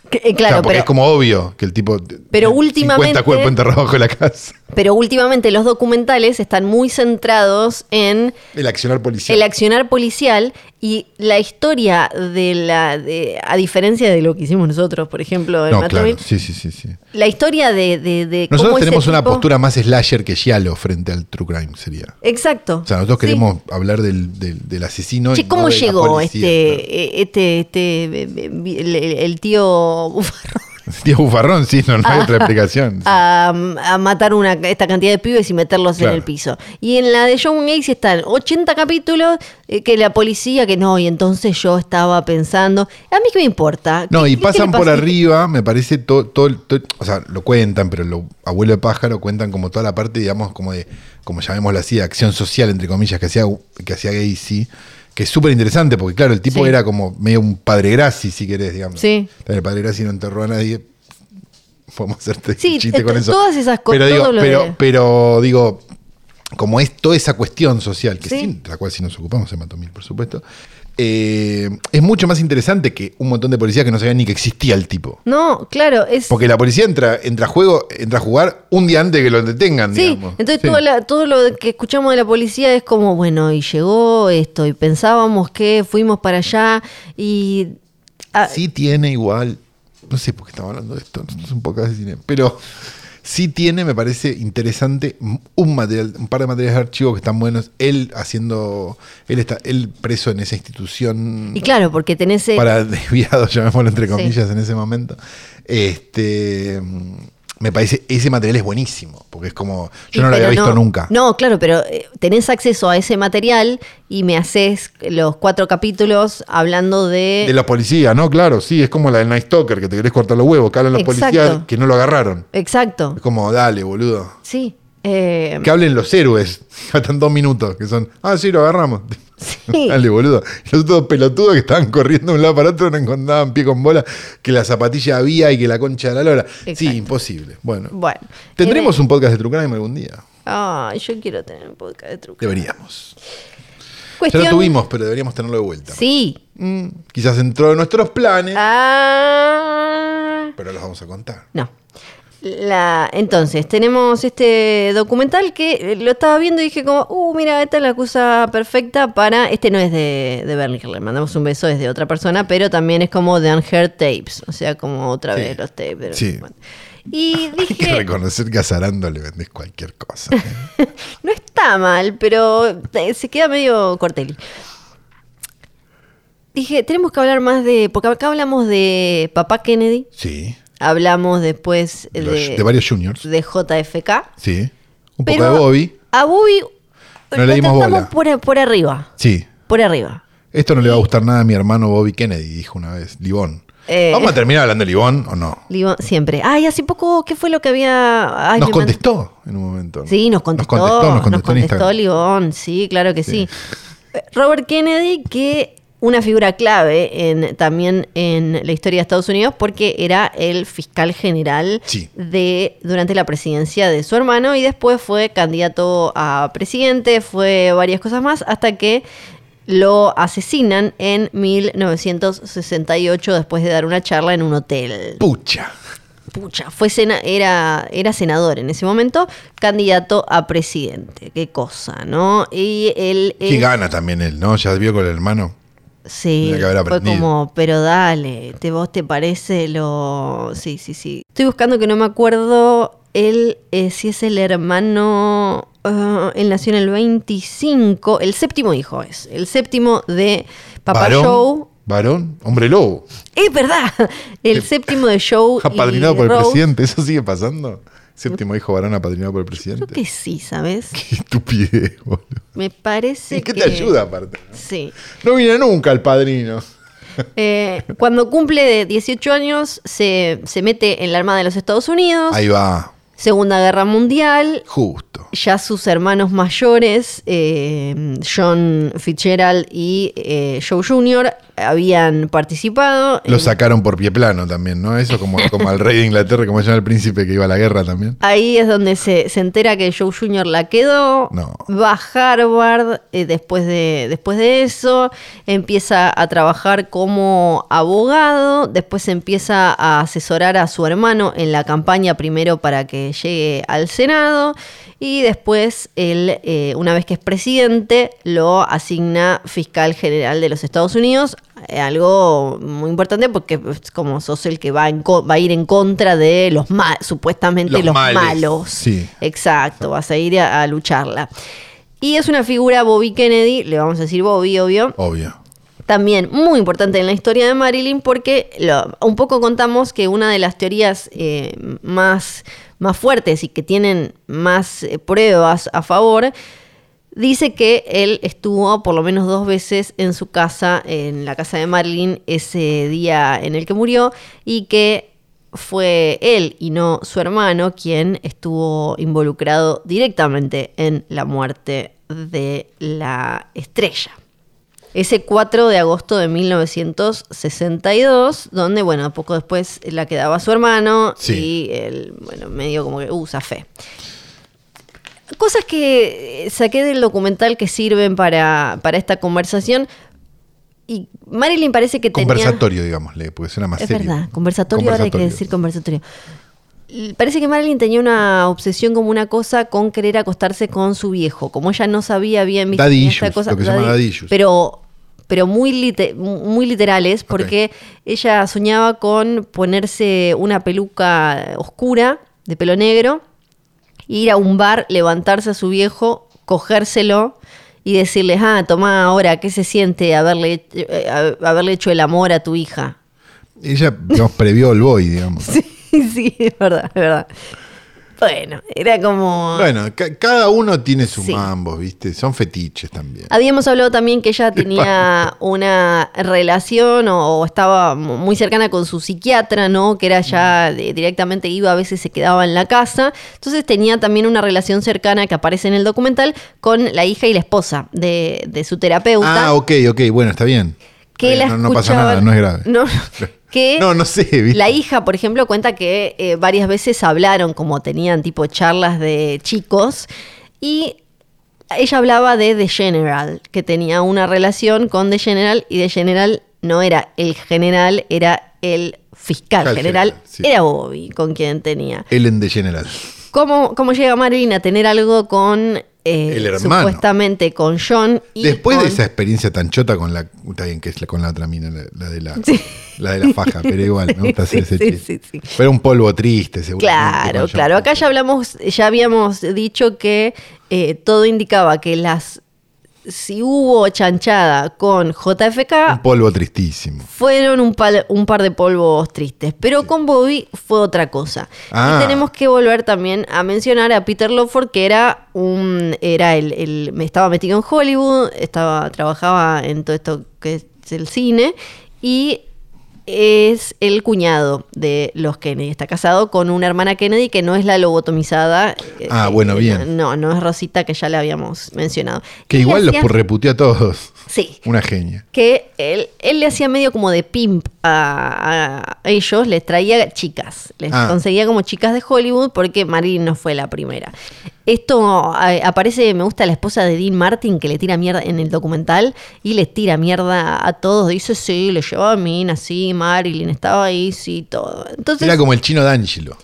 B: que- eh,
A: O sea,
B: claro,
A: porque es
B: pero,
A: como obvio que el tipo
B: Pero
A: tiene
B: últimamente-
A: 50 cuerpos enterrados bajo la casa.
B: pero últimamente los documentales están muy centrados en
A: El accionar policial.
B: el accionar policial y la historia de la, de, a diferencia de lo que hicimos nosotros, por ejemplo, en
A: no,
B: Matamil,
A: claro, sí, sí, sí, sí.
B: la historia de, de, de cómo
A: Nosotros
B: ese
A: tenemos una
B: tipo-
A: postura más slasher que Yalo frente al true crime, sería.
B: Exacto.
A: O sea, nosotros
B: Sí.
A: queremos hablar del, del- del asesino. y
B: Che,
A: no
B: ¿cómo
A: de la
B: llegó
A: policía,
B: este,
A: claro.
B: eh, este, este, eh, eh, el, el- el tío Bufarrón
A: Tío Bufarrón, sí, no, no hay otra explicación. sí.
B: a, a matar una, esta cantidad de pibes y meterlos
A: Claro.
B: en el piso? Y en la de John Gacy están 80 capítulos eh, que la policía, que no, y entonces yo estaba pensando, ¿a mí qué me importa?
A: No,
B: ¿Qué-
A: y
B: qué- qué le
A: pasan por
B: pasa?
A: arriba, me parece todo, todo, todo- o sea, lo cuentan, pero lo abuelo de pájaro cuentan como toda la parte, digamos, como de, como llamémoslo así, de acción social, entre comillas, que hacía, que hacía Gacy, que es súper interesante, porque claro, el tipo
B: Sí.
A: era como medio un padre Graci, si querés, digamos.
B: Sí.
A: El padre Graci no enterró a nadie. Podemos hacerte
B: Sí,
A: un este chiste con
B: t-
A: eso.
B: todas esas co-
A: Pero digo,
B: todo lo
A: pero,
B: de-
A: pero digo, como es toda esa cuestión social, que
B: Sí.
A: sí. de la cual sí nos ocupamos en Matomil, por supuesto, eh, es mucho más interesante que un montón de policías que no sabían ni que existía el tipo.
B: No, claro, es...
A: Porque la policía entra, entra a juego, entra a jugar un día antes de que lo detengan,
B: Sí,
A: digamos.
B: entonces
A: Sí.
B: Todo, la- todo lo que escuchamos de la policía es como, bueno, y llegó esto, y pensábamos que fuimos para allá, y... ah,
A: sí tiene igual. No sé por qué estamos hablando de esto, no es un poco de cine. Pero sí tiene, me parece interesante, un material, un par de materiales de archivo que están buenos. Él haciendo, él está, él preso en esa institución
B: Y claro, porque tenés... eh,
A: para desviados, llamémoslo entre comillas, en ese momento. Este. me parece, ese material es buenísimo, porque es como, yo no lo había visto nunca.
B: No, claro, pero eh, tenés acceso a ese material y me haces los cuatro capítulos hablando de...
A: De los policías, ¿no? Claro, sí, es como la del Night Stalker, que te querés cortar los huevos, que hablan los
B: Exacto.
A: policías que no lo agarraron.
B: Exacto,
A: Es como, dale, boludo.
B: sí. Eh,
A: Que hablen los héroes. Faltan dos minutos, que son, ah, sí, lo agarramos.
B: Sí.
A: Dale, boludo. Los otros pelotudos que estaban corriendo de un lado para otro no encontraban pie con bola, que la zapatilla había y que la concha de la lora. Sí,
B: Exacto.
A: imposible. Bueno.
B: bueno.
A: Tendremos
B: Eh,
A: un podcast de True Crime algún día.
B: Ay, yo quiero tener un podcast de truco.
A: Deberíamos.
B: Cuestión-
A: Ya lo tuvimos, pero deberíamos tenerlo de vuelta.
B: Sí.
A: Mm, quizás entró de nuestros planes,
B: Ah...
A: pero los vamos a contar.
B: No. La, entonces, tenemos este documental que eh, lo estaba viendo y dije como, uh, mira, esta es la excusa perfecta para... Este no es de, de Bernie, le mandamos un beso, es de otra persona, pero también es como de Unheard Tapes, o sea, como otra
A: Sí.
B: vez los tapes. pero
A: Sí.
B: bueno. Y
A: Hay que
B: dije,
A: reconocer que a Sarando le vendes cualquier cosa. ¿eh?
B: no está mal, pero eh, se queda medio corteli. Dije, tenemos que hablar más de... Porque acá hablamos de papá Kennedy,
A: Sí.
B: hablamos después
A: Los-
B: de,
A: de varios juniors.
B: de JFK.
A: Sí. Un
B: Pero
A: poco de Bobby.
B: A Bobby
A: No
B: lo
A: le dimos
B: tratamos
A: bola.
B: Por, por arriba.
A: Sí.
B: Por arriba.
A: Esto no le va a gustar nada a mi hermano Bobby Kennedy, dijo una vez. Libón.
B: Eh.
A: ¿Vamos a terminar hablando de Libón o no?
B: Digo, siempre. Ay, hace poco, ¿qué fue lo que había? Ay,
A: nos
B: me mandó-
A: contestó en un momento.
B: Sí, nos contestó.
A: Nos contestó, nos contestó en Instagram.
B: Libón, sí, claro que sí. Eh, Robert Kennedy, que una figura clave en, también en la historia de Estados Unidos, porque era el fiscal general
A: Sí.
B: de durante la presidencia de su hermano y después fue candidato a presidente, fue varias cosas más, hasta que lo asesinan en 1968 después de dar una charla en un hotel
A: Pucha.
B: pucha, fue sena- era, era senador en ese momento, candidato a presidente. Qué cosa, ¿no? Y él.
A: Qué
B: es-
A: gana también él, ¿no? Ya vio con el hermano.
B: Sí,
A: Tenía que haber
B: fue
A: aprendido.
B: como, pero dale, te, vos te parece lo. Sí, sí, sí. Estoy buscando que no me acuerdo él, eh, si es el hermano. ah, él nació en el 25, el séptimo hijo es, el séptimo de Papá
A: Varón,
B: Joe.
A: Varón, hombre lobo.
B: Es verdad, el séptimo de Joe. y
A: Eh, Apadrinado por el
B: Rose.
A: presidente. ¿Eso sigue pasando? Séptimo hijo varón apadrinado por el presidente.
B: Creo que sí, ¿sabes?
A: Qué estupidez, boludo.
B: Me parece
A: ¿Y qué te
B: que-
A: ayuda aparte?
B: Sí.
A: No viene nunca el padrino.
B: Eh, cuando cumple de 18 años, se, se mete en la Armada de los Estados Unidos,
A: Ahí va,
B: Segunda Guerra Mundial.
A: justo.
B: Ya sus hermanos mayores, eh, John Fitzgerald y eh, Joe Jr., habían participado.
A: Lo
B: en-
A: sacaron por pie plano también, ¿no? Eso como, como al rey de Inglaterra, como se llama el príncipe que iba a la guerra también.
B: Ahí es donde se, se entera que Joe Jr. la quedó.
A: No.
B: Va a Harvard eh, después, de, después de eso. Empieza a trabajar como abogado. Después empieza a asesorar a su hermano en la campaña primero para que llegue al Senado. Y después, él, eh, una vez que es presidente, lo asigna fiscal general de los Estados Unidos. Eh, Algo muy importante porque es como sos el que va, en co- va a ir en contra de los ma- supuestamente los,
A: Los males.
B: malos.
A: Sí.
B: Exacto, vas a ir a, a lucharla. Y es una figura, Bobby Kennedy, le vamos a decir Bobby, obvio,
A: Obvio.
B: también muy importante en la historia de Marilyn porque lo- un poco contamos que una de las teorías eh, más, más fuertes y que tienen más eh, pruebas a favor dice que él estuvo por lo menos dos veces en su casa, en la casa de Marilyn, ese día en el que murió y que fue él y no su hermano quien estuvo involucrado directamente en la muerte de la estrella. Ese 4 de agosto de 1962, donde, bueno, poco después la quedaba su hermano
A: Sí.
B: y él, bueno, medio como que uh, usa fe. Cosas que eh, saqué del documental que sirven para, para esta conversación. Y Marilyn parece que tenía...
A: Conversatorio, digámosle, porque suena más
B: Es
A: serio.
B: verdad, conversatorio, ahora hay que decir conversatorio. L- Parece que Marilyn tenía una obsesión como una cosa con querer acostarse con su viejo. Como ella no sabía bien
A: Daddy
B: tenía
A: issues, lo que se llama daddy issues.
B: Pero, pero muy, lite- muy literales, porque ella soñaba con ponerse una peluca oscura de pelo negro, e ir a un bar, levantarse a su viejo, cogérselo y decirles, ah, tomá ahora, ¿qué se siente haberle, eh, haberle hecho el amor a tu hija?
A: Ella, digamos, previó el boy, digamos.
B: sí, es verdad, es verdad. Bueno, era como...
A: Bueno, ca- cada uno tiene su
B: Sí.
A: mambo, ¿viste? Son fetiches también.
B: Habíamos hablado también que ella tenía una relación o, o estaba mu- muy cercana con su psiquiatra, ¿no? Que era
A: Mm.
B: ya de- directamente iba, a veces se quedaba en la casa. Entonces tenía también una relación cercana que aparece en el documental con la hija y la esposa de, de su terapeuta.
A: Ah, ok, ok, bueno, está bien.
B: que
A: Está
B: la
A: bien, no, no pasa nada,
B: escuchaban-
A: no es grave.
B: No, que
A: No, no sé, ¿viste?
B: la hija, por ejemplo, cuenta que eh, varias veces hablaron, como tenían tipo charlas de chicos, y ella hablaba de The General, que tenía una relación con The General, y The General no era el general, era el fiscal
A: Fiscal
B: general,
A: general, sí.
B: era Bobby con quien tenía.
A: Ellen de General.
B: ¿Cómo, cómo llega Marilyn a tener algo con, eh,
A: El hermano.
B: supuestamente, con John? y
A: Después de
B: con-
A: esa experiencia tan chota con la. Está bien que es la, con la otra mina, la, la de la,
B: Sí.
A: la de la faja, pero igual, me gusta hacer
B: Sí,
A: ese
B: sí,
A: chiste.
B: sí, sí.
A: Pero un polvo triste, seguramente.
B: Claro,
A: con John
B: claro. Acá
A: Popper.
B: ya hablamos, ya habíamos dicho que eh, todo indicaba que las si hubo chanchada con
A: Un
B: JFK
A: polvo tristísimo.
B: fueron un, pal- un par de polvos tristes, pero con Bobby fue otra cosa.
A: Ah.
B: Y tenemos que volver también a mencionar a Peter Lawford que era un era el, el- estaba metido en Hollywood, estaba trabajaba en todo esto que es el cine y es el cuñado de los Kennedy. Está casado con una hermana Kennedy que no es la lobotomizada. eh,
A: Ah, bueno, bien.
B: No, no es Rosita que ya la habíamos mencionado.
A: Que
B: Y
A: igual los
B: hacía-
A: reputeó a todos.
B: Sí
A: Una genia.
B: que él, él le hacía medio como de pimp a, a ellos, les traía chicas, les
A: Ah.
B: conseguía como chicas de Hollywood porque Marilyn no fue la primera. Esto eh, aparece, me gusta la esposa de Dean Martin que le tira mierda en el documental y les tira mierda a todos, dice sí, le llevaba a Mina, sí, Marilyn estaba ahí, sí, todo. Entonces,
A: Era como el chino D'Angelo,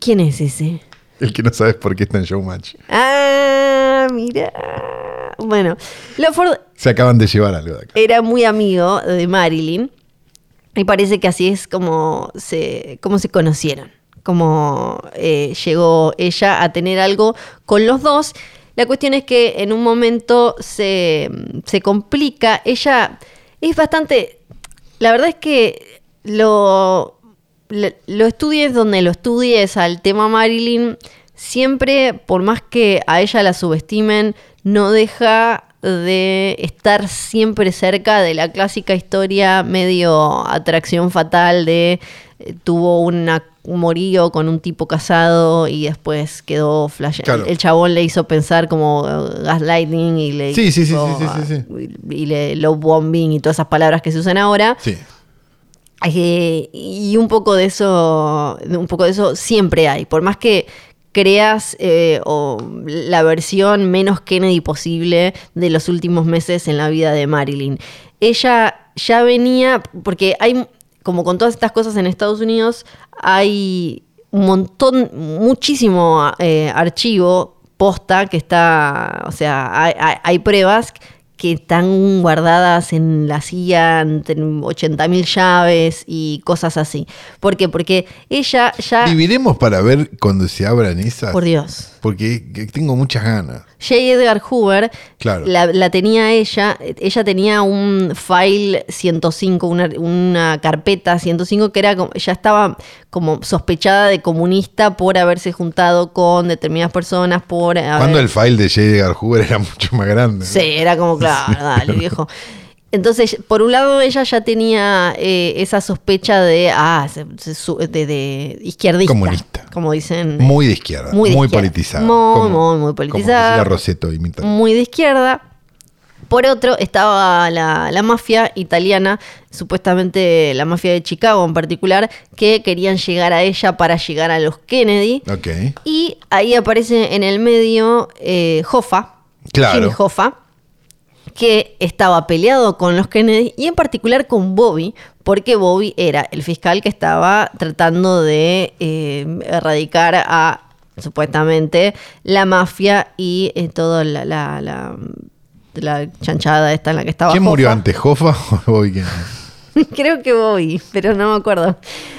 B: ¿quién es ese?
A: el que no sabes por qué está en Showmatch.
B: Ah, mira. Bueno, Lawford
A: Se acaban de llevar algo de acá.
B: era muy amigo de Marilyn y parece que así es como se, como se conocieron, como eh, llegó ella a tener algo con los dos. La cuestión es que en un momento se, se complica, ella es bastante, la verdad es que lo, lo, lo estudies donde lo estudies al tema Marilyn, siempre, por más que a ella la subestimen, no deja de estar siempre cerca de la clásica historia medio atracción fatal de eh, tuvo una- un morío con un tipo casado y después quedó flash.
A: Claro.
B: El chabón le hizo pensar como eh, gaslighting y le
A: Sí, sí, sí,
B: hizo, ah,
A: sí, sí, sí,
B: y y le love bombing y todas esas palabras que se usan ahora.
A: Sí.
B: Eh, y un poco de eso, un poco de eso siempre hay. Por más que creas eh, o la versión menos Kennedy posible de los últimos meses en la vida de Marilyn. Ella ya venía, porque hay, como con todas estas cosas en Estados Unidos, hay un montón, muchísimo eh, archivo posta que está, o sea, hay, hay- hay pruebas que están guardadas en la CIA, entre 80.000 llaves y cosas así. ¿Por qué? Porque ella ya...
A: Viviremos para ver cuando se abran esas.
B: Ah. Por Dios.
A: Porque que tengo muchas ganas.
B: J. Edgar Hoover
A: Claro.
B: la, la tenía ella. Ella tenía un file 105, una, una carpeta 105 que era como- ya estaba como sospechada de comunista por haberse juntado con determinadas personas, por... haber-
A: Cuando el file de J. Edgar Hoover era mucho más grande.
B: Sí, era como, claro, dale, viejo. Entonces, por un lado, ella ya tenía eh, esa sospecha de, ah, se- se su- de, de izquierdista.
A: Comunista.
B: Como dicen. eh,
A: Muy de izquierda, muy,
B: Muy de izquierda.
A: politizada.
B: Muy,
A: como-
B: muy, muy
A: Como
B: politizada.
A: Cecilia Rosetto imita.
B: muy de izquierda. Por otro, estaba la, la mafia italiana, supuestamente la mafia de Chicago en particular, que querían llegar a ella para llegar a los Kennedy.
A: Ok.
B: Y ahí aparece en el medio eh, Hoffa,
A: Claro.
B: Jimmy Hoffa, que estaba peleado con los Kennedy y en particular con Bobby, porque Bobby era el fiscal que estaba tratando de eh, erradicar a supuestamente la mafia y eh, toda la, la- la- la chanchada esta en la que estaba.
A: ¿Quién murió
B: Hoffa.
A: antes, Hoffa o Bobby Kennedy?
B: Creo que Bobby, pero no me acuerdo.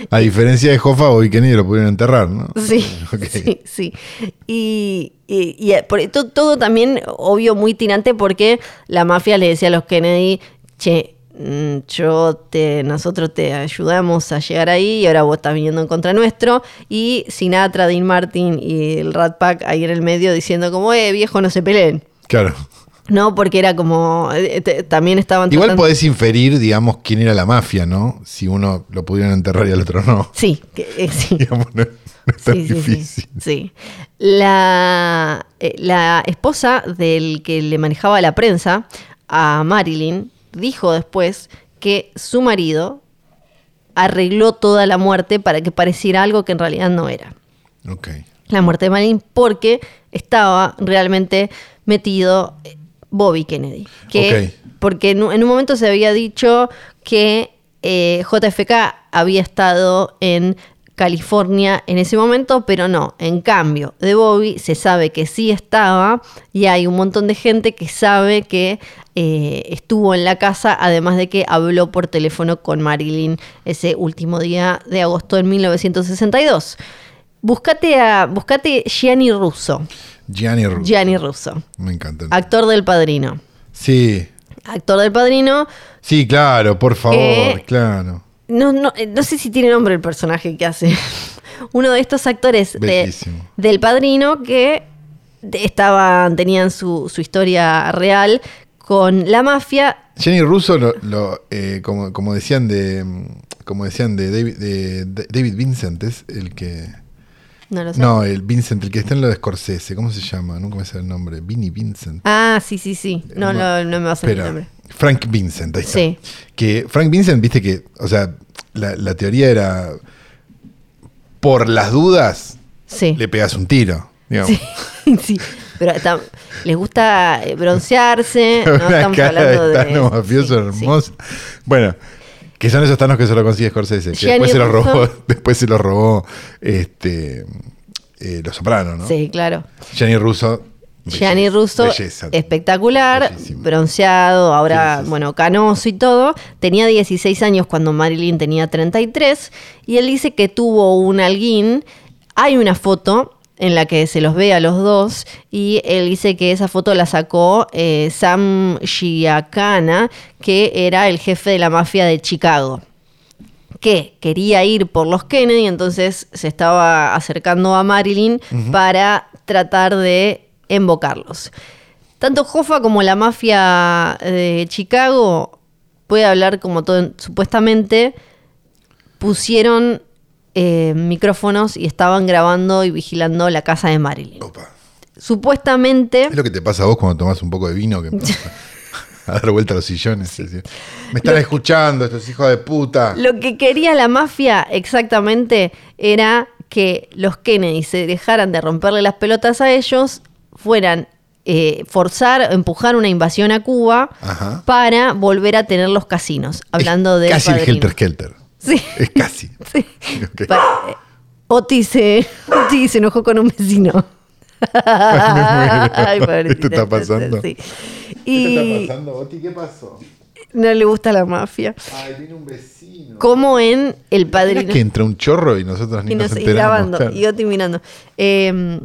A: A diferencia de Hoffa, Bobby Kennedy lo pudieron enterrar, ¿no?
B: Sí,
A: Ok.
B: sí, sí. Y, y- y, eh, por- to- todo, también, obvio, muy tirante porque la mafia le decía a los Kennedy, che, mm, yo te, nosotros te ayudamos a llegar ahí y ahora vos estás viniendo en contra nuestro. Y Sinatra, Dean Martin y el Rat Pack ahí en el medio diciendo como, eh, viejo, no se peleen.
A: Claro.
B: No, porque era como, eh, te- también estaban
A: Igual
B: tratando-
A: podés inferir, digamos, quién era la mafia, ¿no? Si uno lo pudieron enterrar y al otro no.
B: Sí, que- eh, sí.
A: Digamos, no, no es tan
B: Sí, sí, sí,
A: difícil.
B: sí. La, eh, la esposa del que le manejaba la prensa a Marilyn dijo después que su marido arregló toda la muerte para que pareciera algo que en realidad no era.
A: Ok.
B: La muerte de Marilyn porque estaba realmente metido eh, Bobby Kennedy. Que,
A: Ok.
B: Porque en, un- en un momento se había dicho que eh, JFK había estado en California en ese momento, pero no. En cambio, de Bobby se sabe que sí estaba y hay un montón de gente que sabe que eh, estuvo en la casa, además de que habló por teléfono con Marilyn ese último día de agosto de 1962. Buscate a buscate Gianni Russo.
A: Gianni Ru-
B: Gianni Russo,
A: Me encanta.
B: actor del Padrino.
A: Sí.
B: Actor del Padrino,
A: Sí, claro, por favor,
B: Eh,
A: claro.
B: no, no, eh, no sé si tiene nombre el personaje que hace. Uno de estos actores de,
A: Bellísimo.
B: del Padrino que de- estaban tenían su, su historia real con la mafia.
A: Jenny Russo, lo- lo, eh, como, como decían de como decían de David, de- de David Vincent, es el que...
B: No lo sé.
A: No, el Vincent, el que está en lo de Scorsese, ¿cómo se llama? Nunca me sale el nombre. Vinnie Vincent.
B: Ah, sí, sí, sí. No, no, no me va a salir el
A: Espera,
B: nombre.
A: Frank Vincent, ahí está.
B: Sí.
A: Que Frank Vincent, viste que, o sea, la, la teoría era, por las dudas,
B: Sí.
A: le pegas un tiro. digamos.
B: Sí, sí. Pero está- les gusta eh, broncearse. No
A: Una
B: estamos
A: cara
B: hablando
A: de
B: de.
A: Thanos mafioso
B: sí, sí.
A: hermoso. Bueno, que son esos Thanos que se lo consigue Scorsese. Que
B: Gianni
A: después se lo
B: Russo.
A: robó, después se lo robó este eh, Los Sopranos, ¿no?
B: Sí, claro.
A: Gianni Russo. belleza,
B: Gianni Russo,
A: belleza.
B: espectacular,
A: Bellísimo.
B: bronceado, ahora,
A: Sí, sí, sí.
B: bueno, canoso y todo. Tenía 16 años cuando Marilyn tenía 33 y él dice que tuvo un alguín. Hay una foto en la que se los ve a los dos y él dice que esa foto la sacó eh, Sam Giacana, que era el jefe de la mafia de Chicago que quería ir por los Kennedy, entonces se estaba acercando a Marilyn para tratar de embocarlos. Tanto Hoffa como la mafia de Chicago, puede hablar como todo, supuestamente pusieron eh, micrófonos y estaban grabando y vigilando la casa de Marilyn.
A: Opa.
B: Supuestamente...
A: Es lo que te pasa a vos cuando tomás un poco de vino que empezás a dar vuelta a los sillones. es decir, Me están escuchando, estos hijos de puta.
B: Lo que quería la mafia exactamente era que los Kennedy se dejaran de romperle las pelotas a ellos, fueran eh, forzar, empujar una invasión a Cuba
A: Ajá.
B: para volver a tener los casinos. Hablando
A: Es
B: de.
A: Casi el
B: Padrino.
A: Helter Skelter.
B: Sí.
A: Es casi.
B: sí.
A: Ok.
B: Pa- eh, Oti se, Oti se enojó con un vecino. Ay,
A: Esto está
B: pobrecita,
A: pasando.
B: sí. Y
A: pasando, Oti? ¿Qué pasó?
B: no le gusta la mafia.
A: Ay, viene un vecino.
B: Como en El
A: Mira
B: Padrino.
A: que entra un chorro y nosotros ni
B: y,
A: nos,
B: nos, y
A: enteramos.
B: grabando,
A: claro.
B: y Oti mirando. Eh,
A: Muy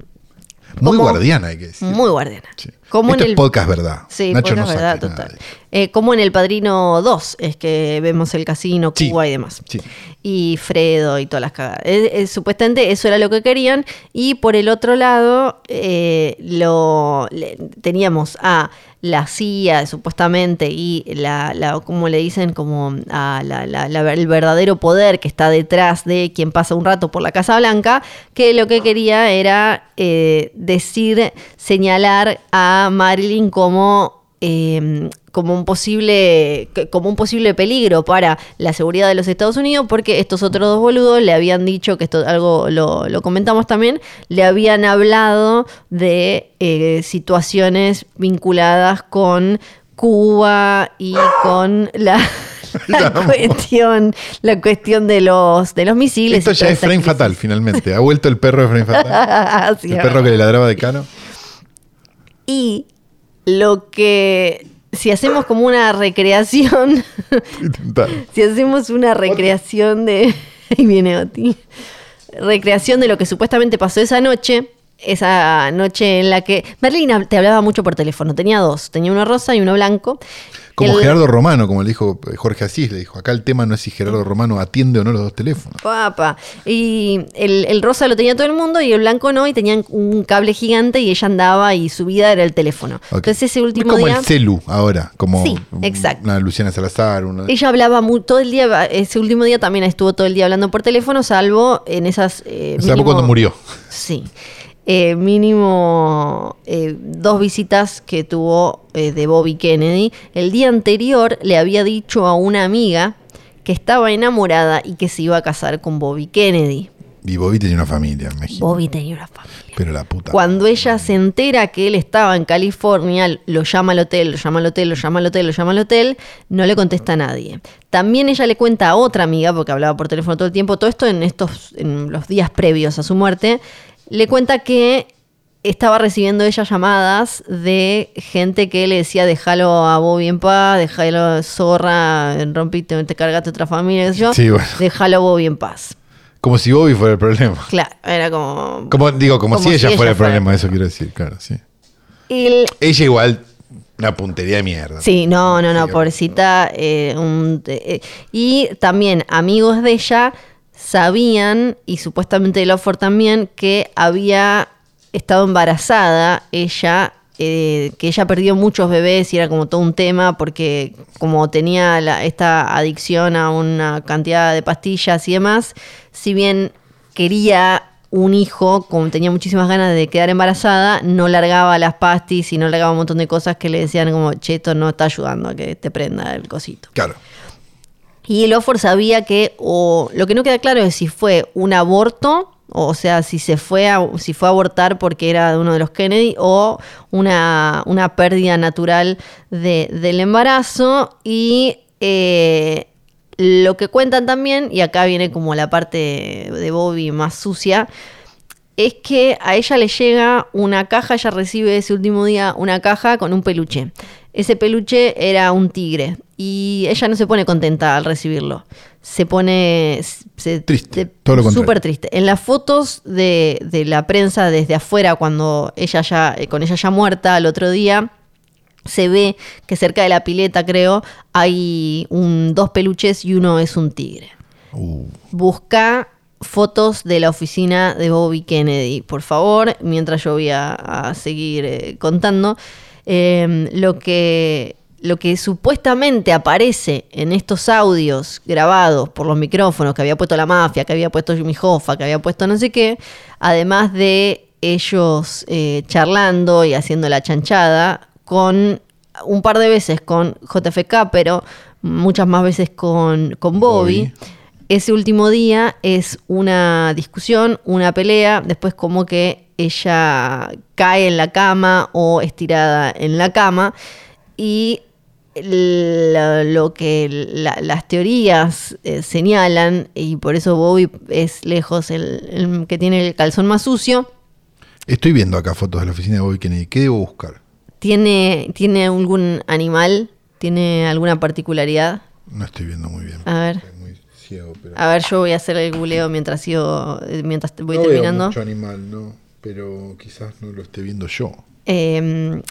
B: como-
A: guardiana, hay que decir.
B: muy guardiana.
A: Sí.
B: Como
A: Esto
B: en
A: es
B: el,
A: podcast verdad.
B: Sí,
A: Nacho
B: podcast
A: no saca nada
B: verdad,
A: de
B: total.
A: esto.
B: Eh, como en El Padrino 2 es que vemos el casino,
A: Sí,
B: Cuba y demás.
A: sí.
B: Y Fredo y todas las cagadas. Eh, eh, supuestamente eso era lo que querían. Y por el otro lado, eh, lo le- teníamos a la CIA, supuestamente, y la, la- como le dicen, como a la- la- la- el verdadero poder que está detrás de quien pasa un rato por la Casa Blanca, que lo que quería era eh, decir, señalar a Marilyn como eh, como un posible que- como un posible peligro para la seguridad de los Estados Unidos porque estos otros dos boludos le habían dicho que esto algo lo, lo comentamos también le habían hablado de eh, situaciones vinculadas con Cuba y con la, la
A: Vamos.
B: cuestión la cuestión de los de los misiles
A: Esto
B: y
A: ya
B: toda
A: es
B: esa
A: Frame
B: crisis.
A: Fatal, finalmente. Ha vuelto el perro de Frame Fatal. ¿eh?
B: Sí,
A: El
B: es
A: perro que le ladraba de cano.
B: Y lo que. Si hacemos como una recreación.
A: Total.
B: si hacemos una recreación de. Ahí viene Oti. Recreación de lo que supuestamente pasó esa noche. esa noche en la que Merlín hab- te hablaba mucho por teléfono. Tenía dos, tenía uno rosa y uno blanco.
A: Como
B: El-
A: Gerardo Romano, como le dijo eh, Jorge Asís, le dijo, acá el tema no es si Gerardo Romano atiende o no los dos teléfonos.
B: Papa. Y el, el rosa lo tenía todo el mundo y el blanco no, y tenían un cable gigante y ella andaba y su vida era el teléfono.
A: Ok.
B: Entonces ese último
A: es como
B: día...
A: el celu ahora, como
B: Sí, exacto.
A: una Luciana Salazar, una...
B: Ella hablaba mu- todo el día, ese último día también estuvo todo el día hablando por teléfono, salvo en esas... eh,
A: O sea,
B: mínimo-
A: cuando murió.
B: Sí. Eh, mínimo eh, dos visitas que tuvo eh, de Bobby Kennedy. El día anterior le había dicho a una amiga que estaba enamorada y que se iba a casar con Bobby Kennedy.
A: Y Bobby tenía una familia en México.
B: Bobby tenía una familia.
A: Pero la puta.
B: Cuando ella se entera que él estaba en California, lo llama al hotel, lo llama al hotel, lo llama al hotel, lo llama al hotel, no le contesta a nadie. También ella le cuenta a otra amiga, porque hablaba por teléfono todo el tiempo, todo esto en estos, en los días previos a su muerte, le cuenta que estaba recibiendo ella llamadas de gente que le decía déjalo a Bobby en paz, déjalo zorra, rompiste, te cargaste otra familia, qué sé yo,
A: Sí, bueno.
B: déjalo a Bobby en paz.
A: Como si Bobby fuera el problema.
B: Claro, era como...
A: Como, digo, como, si, ella fuera el
B: fuera-
A: problema, eso quiero decir, claro, sí.
B: El-
A: Ella igual, una puntería de mierda.
B: Sí, no, no, no,
A: Sí,
B: pobrecita. eh, un- eh, y también amigos de ella sabían, y supuestamente Lawford también, que había estado embarazada ella, eh, que ella perdió muchos bebés y era como todo un tema porque como tenía la- esta adicción a una cantidad de pastillas y demás, si bien quería un hijo, como tenía muchísimas ganas de quedar embarazada, no largaba las pastis y no largaba un montón de cosas que le decían como, che, esto no está ayudando a que te prenda el cosito.
A: Claro.
B: Y el Oxford sabía que, o lo que no queda claro es si fue un aborto, o sea, si se fue a, si fue a abortar porque era de uno de los Kennedy, o una, una pérdida natural de- del embarazo. Y eh, lo que cuentan también, y acá viene como la parte de Bobby más sucia, es que a ella le llega una caja, ella recibe ese último día una caja con un peluche. Ese peluche era un tigre y ella no se pone contenta al recibirlo. Se pone se-
A: Triste,
B: se-
A: todo lo contrario.
B: Súper triste. En las fotos de, de la prensa desde afuera, cuando ella ya, eh, con ella ya muerta al otro día, se ve que cerca de la pileta, creo, hay un- dos peluches y uno es un tigre.
A: Uh,
B: Busca fotos de la oficina de Bobby Kennedy, por favor, mientras yo voy a, a seguir eh, contando. Eh, lo, que, lo que supuestamente aparece en estos audios grabados por los micrófonos que había puesto la mafia, que había puesto Jimmy Hoffa, que había puesto no sé qué, además de ellos eh, charlando y haciendo la chanchada con un par de veces con JFK, pero muchas más veces con, con Bobby.
A: Bobby.
B: Ese último día es una discusión, una pelea, después como que ella cae en la cama o estirada en la cama y la- lo que la- las teorías eh, señalan, y por eso Bobby es lejos el- el que tiene el calzón más sucio,
A: estoy viendo acá fotos de la oficina de Bobby Kennedy. ¿Qué debo buscar?
B: ¿Tiene, ¿Tiene algún animal? ¿Tiene alguna particularidad?
A: No estoy viendo muy bien.
B: A ver.
A: Estoy muy ciego, pero.
B: A ver, yo voy a hacer el googleo mientras sigo, eh, mientras te- Ah, voy
A: no
B: terminando.
A: Veo mucho animal, no. Pero quizás no lo esté viendo yo.
B: Eh,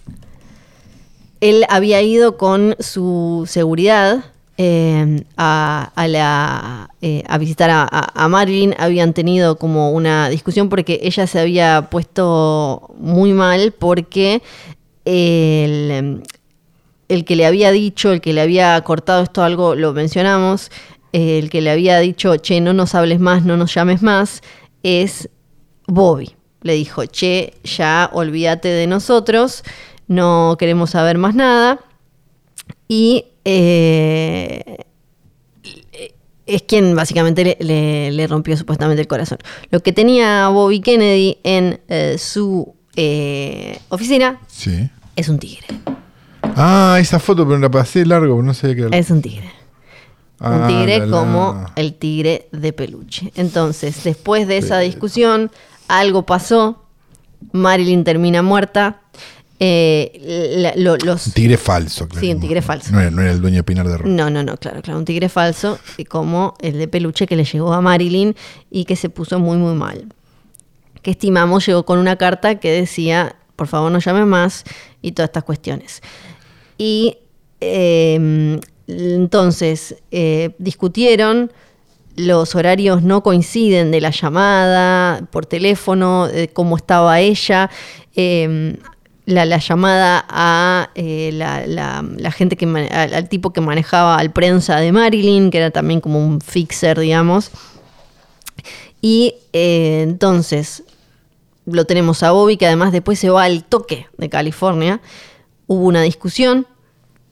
B: él había ido con su seguridad eh, a, a la, eh, a visitar a, a- a Marilyn. Habían tenido como una discusión porque ella se había puesto muy mal porque el, el que le había dicho, el que le había cortado esto algo, lo mencionamos, eh, el que le había dicho, che, no nos hables más, no nos llames más, es Bobby. Le dijo, che, ya olvídate de nosotros, no queremos saber más nada. Y eh, es quien básicamente le, le- le rompió supuestamente el corazón. Lo que tenía Bobby Kennedy en eh, su eh, oficina
A: Sí.
B: es un tigre.
A: Ah, esa foto, pero la pasé largo, pero no sabía que era.
B: Es un tigre.
A: Ah,
B: un tigre
A: la, la.
B: como el tigre de peluche. Entonces, después de esa discusión, algo pasó. Marilyn termina muerta. Eh, la- lo- los,
A: Un tigre falso, claro.
B: Sí, un tigre falso.
A: No era, no era el dueño de Pinar de Roma.
B: no, no, no, claro, claro. Un tigre falso, eh, y como el de peluche que le llegó a Marilyn y que se puso muy, muy mal. que estimamos llegó con una carta que decía, por favor no llame más y todas estas cuestiones. Y eh, entonces eh, discutieron, los horarios no coinciden de la llamada por teléfono, de cómo estaba ella. eh, la, la llamada a eh, la, la- la gente que mane- al, al tipo que manejaba al prensa de Marilyn, que era también como un fixer, digamos. Y eh, entonces lo tenemos a Bobby, que además después se va al toque de California. Hubo una discusión.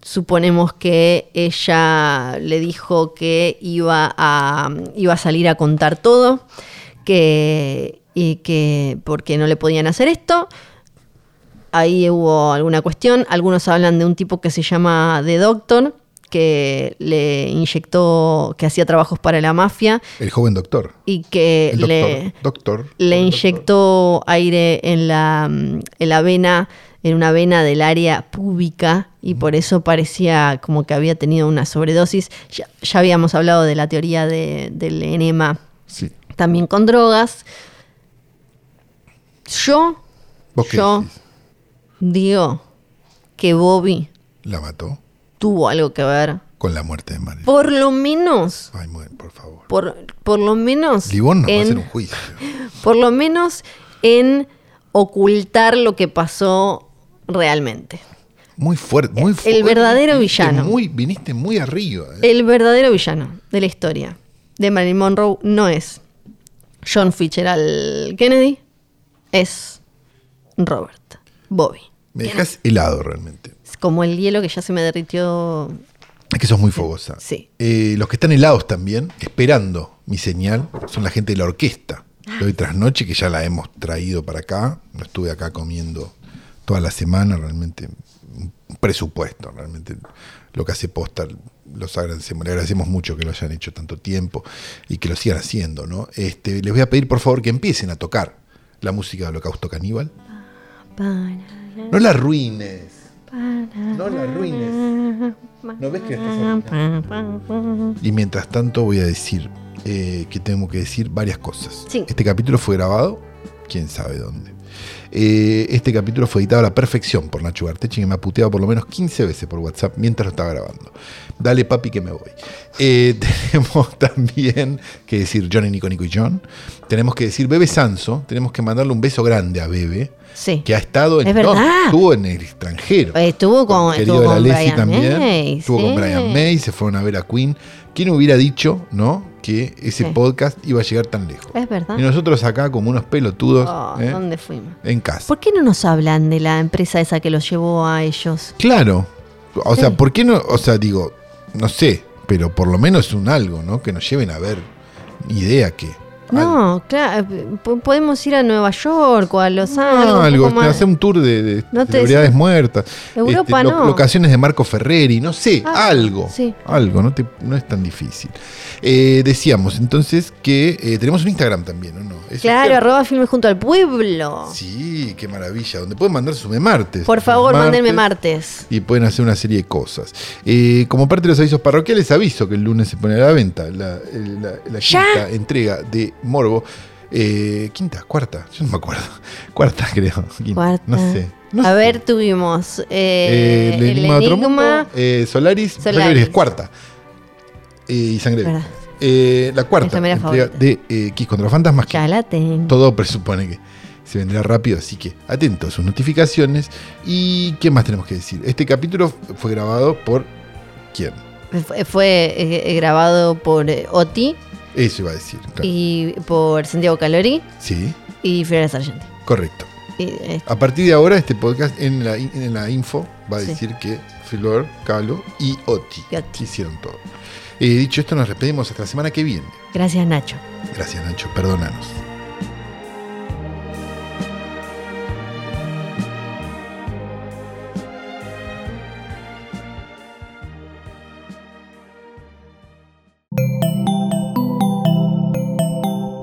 B: Suponemos que ella le dijo que iba a, iba a salir a contar todo, que, y que porque no le podían hacer esto. Ahí hubo alguna cuestión. Algunos hablan de un tipo que se llama The Doctor, que le inyectó, que hacía trabajos para la mafia
A: El joven doctor.
B: y que
A: El
B: le,
A: doctor. doctor.
B: le
A: joven
B: inyectó aire en la, mm, en la vena, en una vena del área púbica, y por eso parecía como que había tenido una sobredosis. Ya, ya habíamos hablado de la teoría de- del enema
A: doctor. Sí.
B: también con drogas. Yo,
A: ¿Vos qué
B: yo
A: decís?
B: digo que Bobby
A: La mató
B: tuvo algo que ver.
A: con la muerte de Marilyn.
B: Por lo menos,
A: Ay, muy, por favor.
B: por, por lo menos.
A: Libón nos va a
B: en-
A: hacer un juicio.
B: Por lo menos en ocultar lo que pasó realmente.
A: Muy fuerte, muy fuerte.
B: verdadero
A: Viniste
B: villano.
A: Muy, viniste muy arriba. eh.
B: El verdadero villano de la historia de Marilyn Monroe no es John Fitzgerald Kennedy, es Robert Bobby.
A: Me dejas helado realmente.
B: Es como el hielo que ya se me derritió.
A: Es que sos muy fogosa.
B: Sí.
A: Eh, los que están helados también, esperando mi señal, son la gente de la orquesta. De hoy tras noche, que ya la hemos traído para acá. No estuve acá comiendo toda la semana, realmente un presupuesto, realmente lo que hace posta. Los agradecemos, le agradecemos mucho que lo hayan hecho tanto tiempo y que lo sigan haciendo, ¿no? Este, les voy a pedir, por favor, que empiecen a tocar la música de Holocausto Caníbal. No la arruines. No la arruines. ¿No ves que la estás arruinando? Y mientras tanto voy a decir eh, que tengo que decir varias cosas.
B: Sí.
A: Este capítulo fue grabado, quién sabe dónde. Eh, este capítulo fue editado a la perfección por Nacho Gartechi, que me ha puteado por lo menos 15 veces por WhatsApp mientras lo estaba grabando. Dale, papi, que me voy. Eh, tenemos también que decir Johnny, Nico, Nico y John. Tenemos que decir Bebe Sanso. Tenemos que mandarle un beso grande a Bebe
B: Sí.
A: que ha estado en,
B: Es verdad.
A: estuvo en el extranjero.
B: Estuvo con,
A: Querido
B: estuvo
A: de la
B: con
A: Leslie
B: Brian
A: también.
B: May,
A: estuvo
B: sí.
A: con Brian May, se fueron a ver a Queen. ¿Quién hubiera dicho, no? Que ese
B: Sí.
A: podcast iba a llegar tan lejos.
B: Es verdad.
A: Y nosotros acá, como unos pelotudos,
B: Oh,
A: ¿eh?
B: ¿Dónde fuimos?
A: en casa.
B: ¿Por qué no nos hablan de la empresa esa que los llevó a ellos?
A: Claro. O sea,
B: Sí.
A: ¿por qué no? O sea, digo, no sé, pero por lo menos un algo, ¿no? Que nos lleven a ver ni idea que. algo.
B: No, claro, eh, po- podemos ir a Nueva York o a Los Ángeles.
A: No,
B: un
A: algo, este,
B: poco más.
A: hacer un tour de, de
B: No te-
A: celebridades muertas. Este,
B: Europa
A: lo-
B: no.
A: Locaciones de Marco Ferreri, no sé,
B: Ah,
A: algo.
B: sí.
A: Algo, no, te- no es tan difícil. Eh, decíamos entonces que eh, tenemos un Instagram también, ¿o no? Eso es
B: Claro,
A: cierto.
B: arroba filme junto al pueblo.
A: Sí, qué maravilla. Donde pueden mandar su martes.
B: Por favor, mándenme martes.
A: Y pueden hacer una serie de cosas. Eh, como parte de los avisos parroquiales, aviso que el lunes se pone a la venta la, el- la- la
B: ¿Ya?
A: quinta entrega de Morbo. Eh, quinta, cuarta, yo no me acuerdo. Cuarta, creo. Quinta,
B: Cuarta.
A: No sé. no
B: a
A: sé.
B: ver, tuvimos eh,
A: Eh,
B: el, enigma.
A: de otro mundo, eh, Solaris,
B: Solaris.
A: Sangre Vergés, cuarta. Eh, y Sangre
B: Verdad.
A: Vergés. Eh, la cuarta
B: Esa me la
A: entrega de eh, Kiss contra los Fantasmas, que
B: Ya la tengo.
A: todo presupone que se vendrá rápido, así que atentos a sus notificaciones. ¿Y qué más tenemos que decir? Este capítulo fue grabado por quién?
B: Fue, fue, eh, grabado por eh, Oti
A: Eso iba a decir. claro.
B: y por Santiago Calori
A: Sí,
B: y Fiorella Sargenti.
A: correcto.
B: Y, eh,
A: A partir de ahora, este podcast en la, in- en la info va a
B: Sí.
A: decir que Flor, Calo y Oti,
B: Y Oti.
A: hicieron todo. Eh, dicho esto, nos despedimos hasta la semana que viene.
B: gracias, Nacho.
A: Gracias, Nacho. Perdónanos.